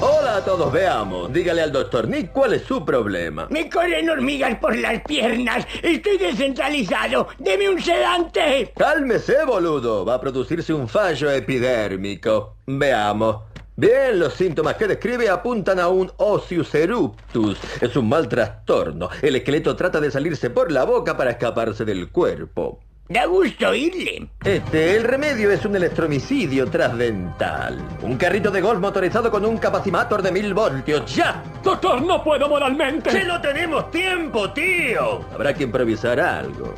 Hola a todos, veamos. Dígale al doctor Nick cuál es su problema.
Me corren hormigas por las piernas. Estoy descentralizado. Deme un sedante.
Cálmese, boludo. Va a producirse un fallo epidérmico. Veamos. Bien, los síntomas que describe apuntan a un osseous eruptus. Es un mal trastorno. El esqueleto trata de salirse por la boca para escaparse del cuerpo.
Da gusto oírle.
Este, el remedio es un electromicidio trasdental. Un carrito de golf motorizado con un capacimator de mil voltios. ¡Ya!
¡Doctor, no puedo moralmente!
¡Si no tenemos tiempo, tío! Habrá que improvisar algo.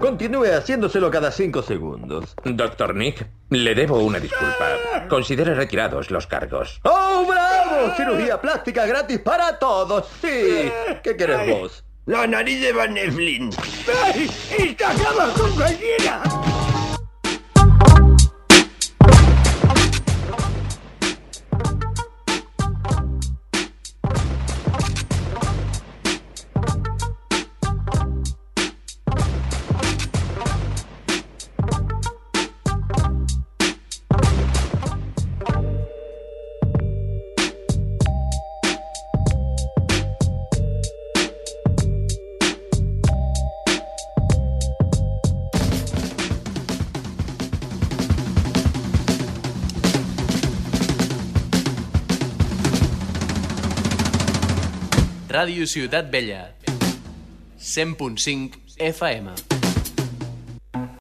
Continúe haciéndoselo cada cinco segundos.
Doctor Nick, le debo una disculpa. Considere retirados los cargos.
¡Oh, bravo! Cirugía plástica gratis para todos. Sí. ¿Qué querés vos?
La nariz de Van Eflin. ¡Ay! ¡Está acaba con cualquiera!
Ràdio Ciutat Vella. 100.5 FM.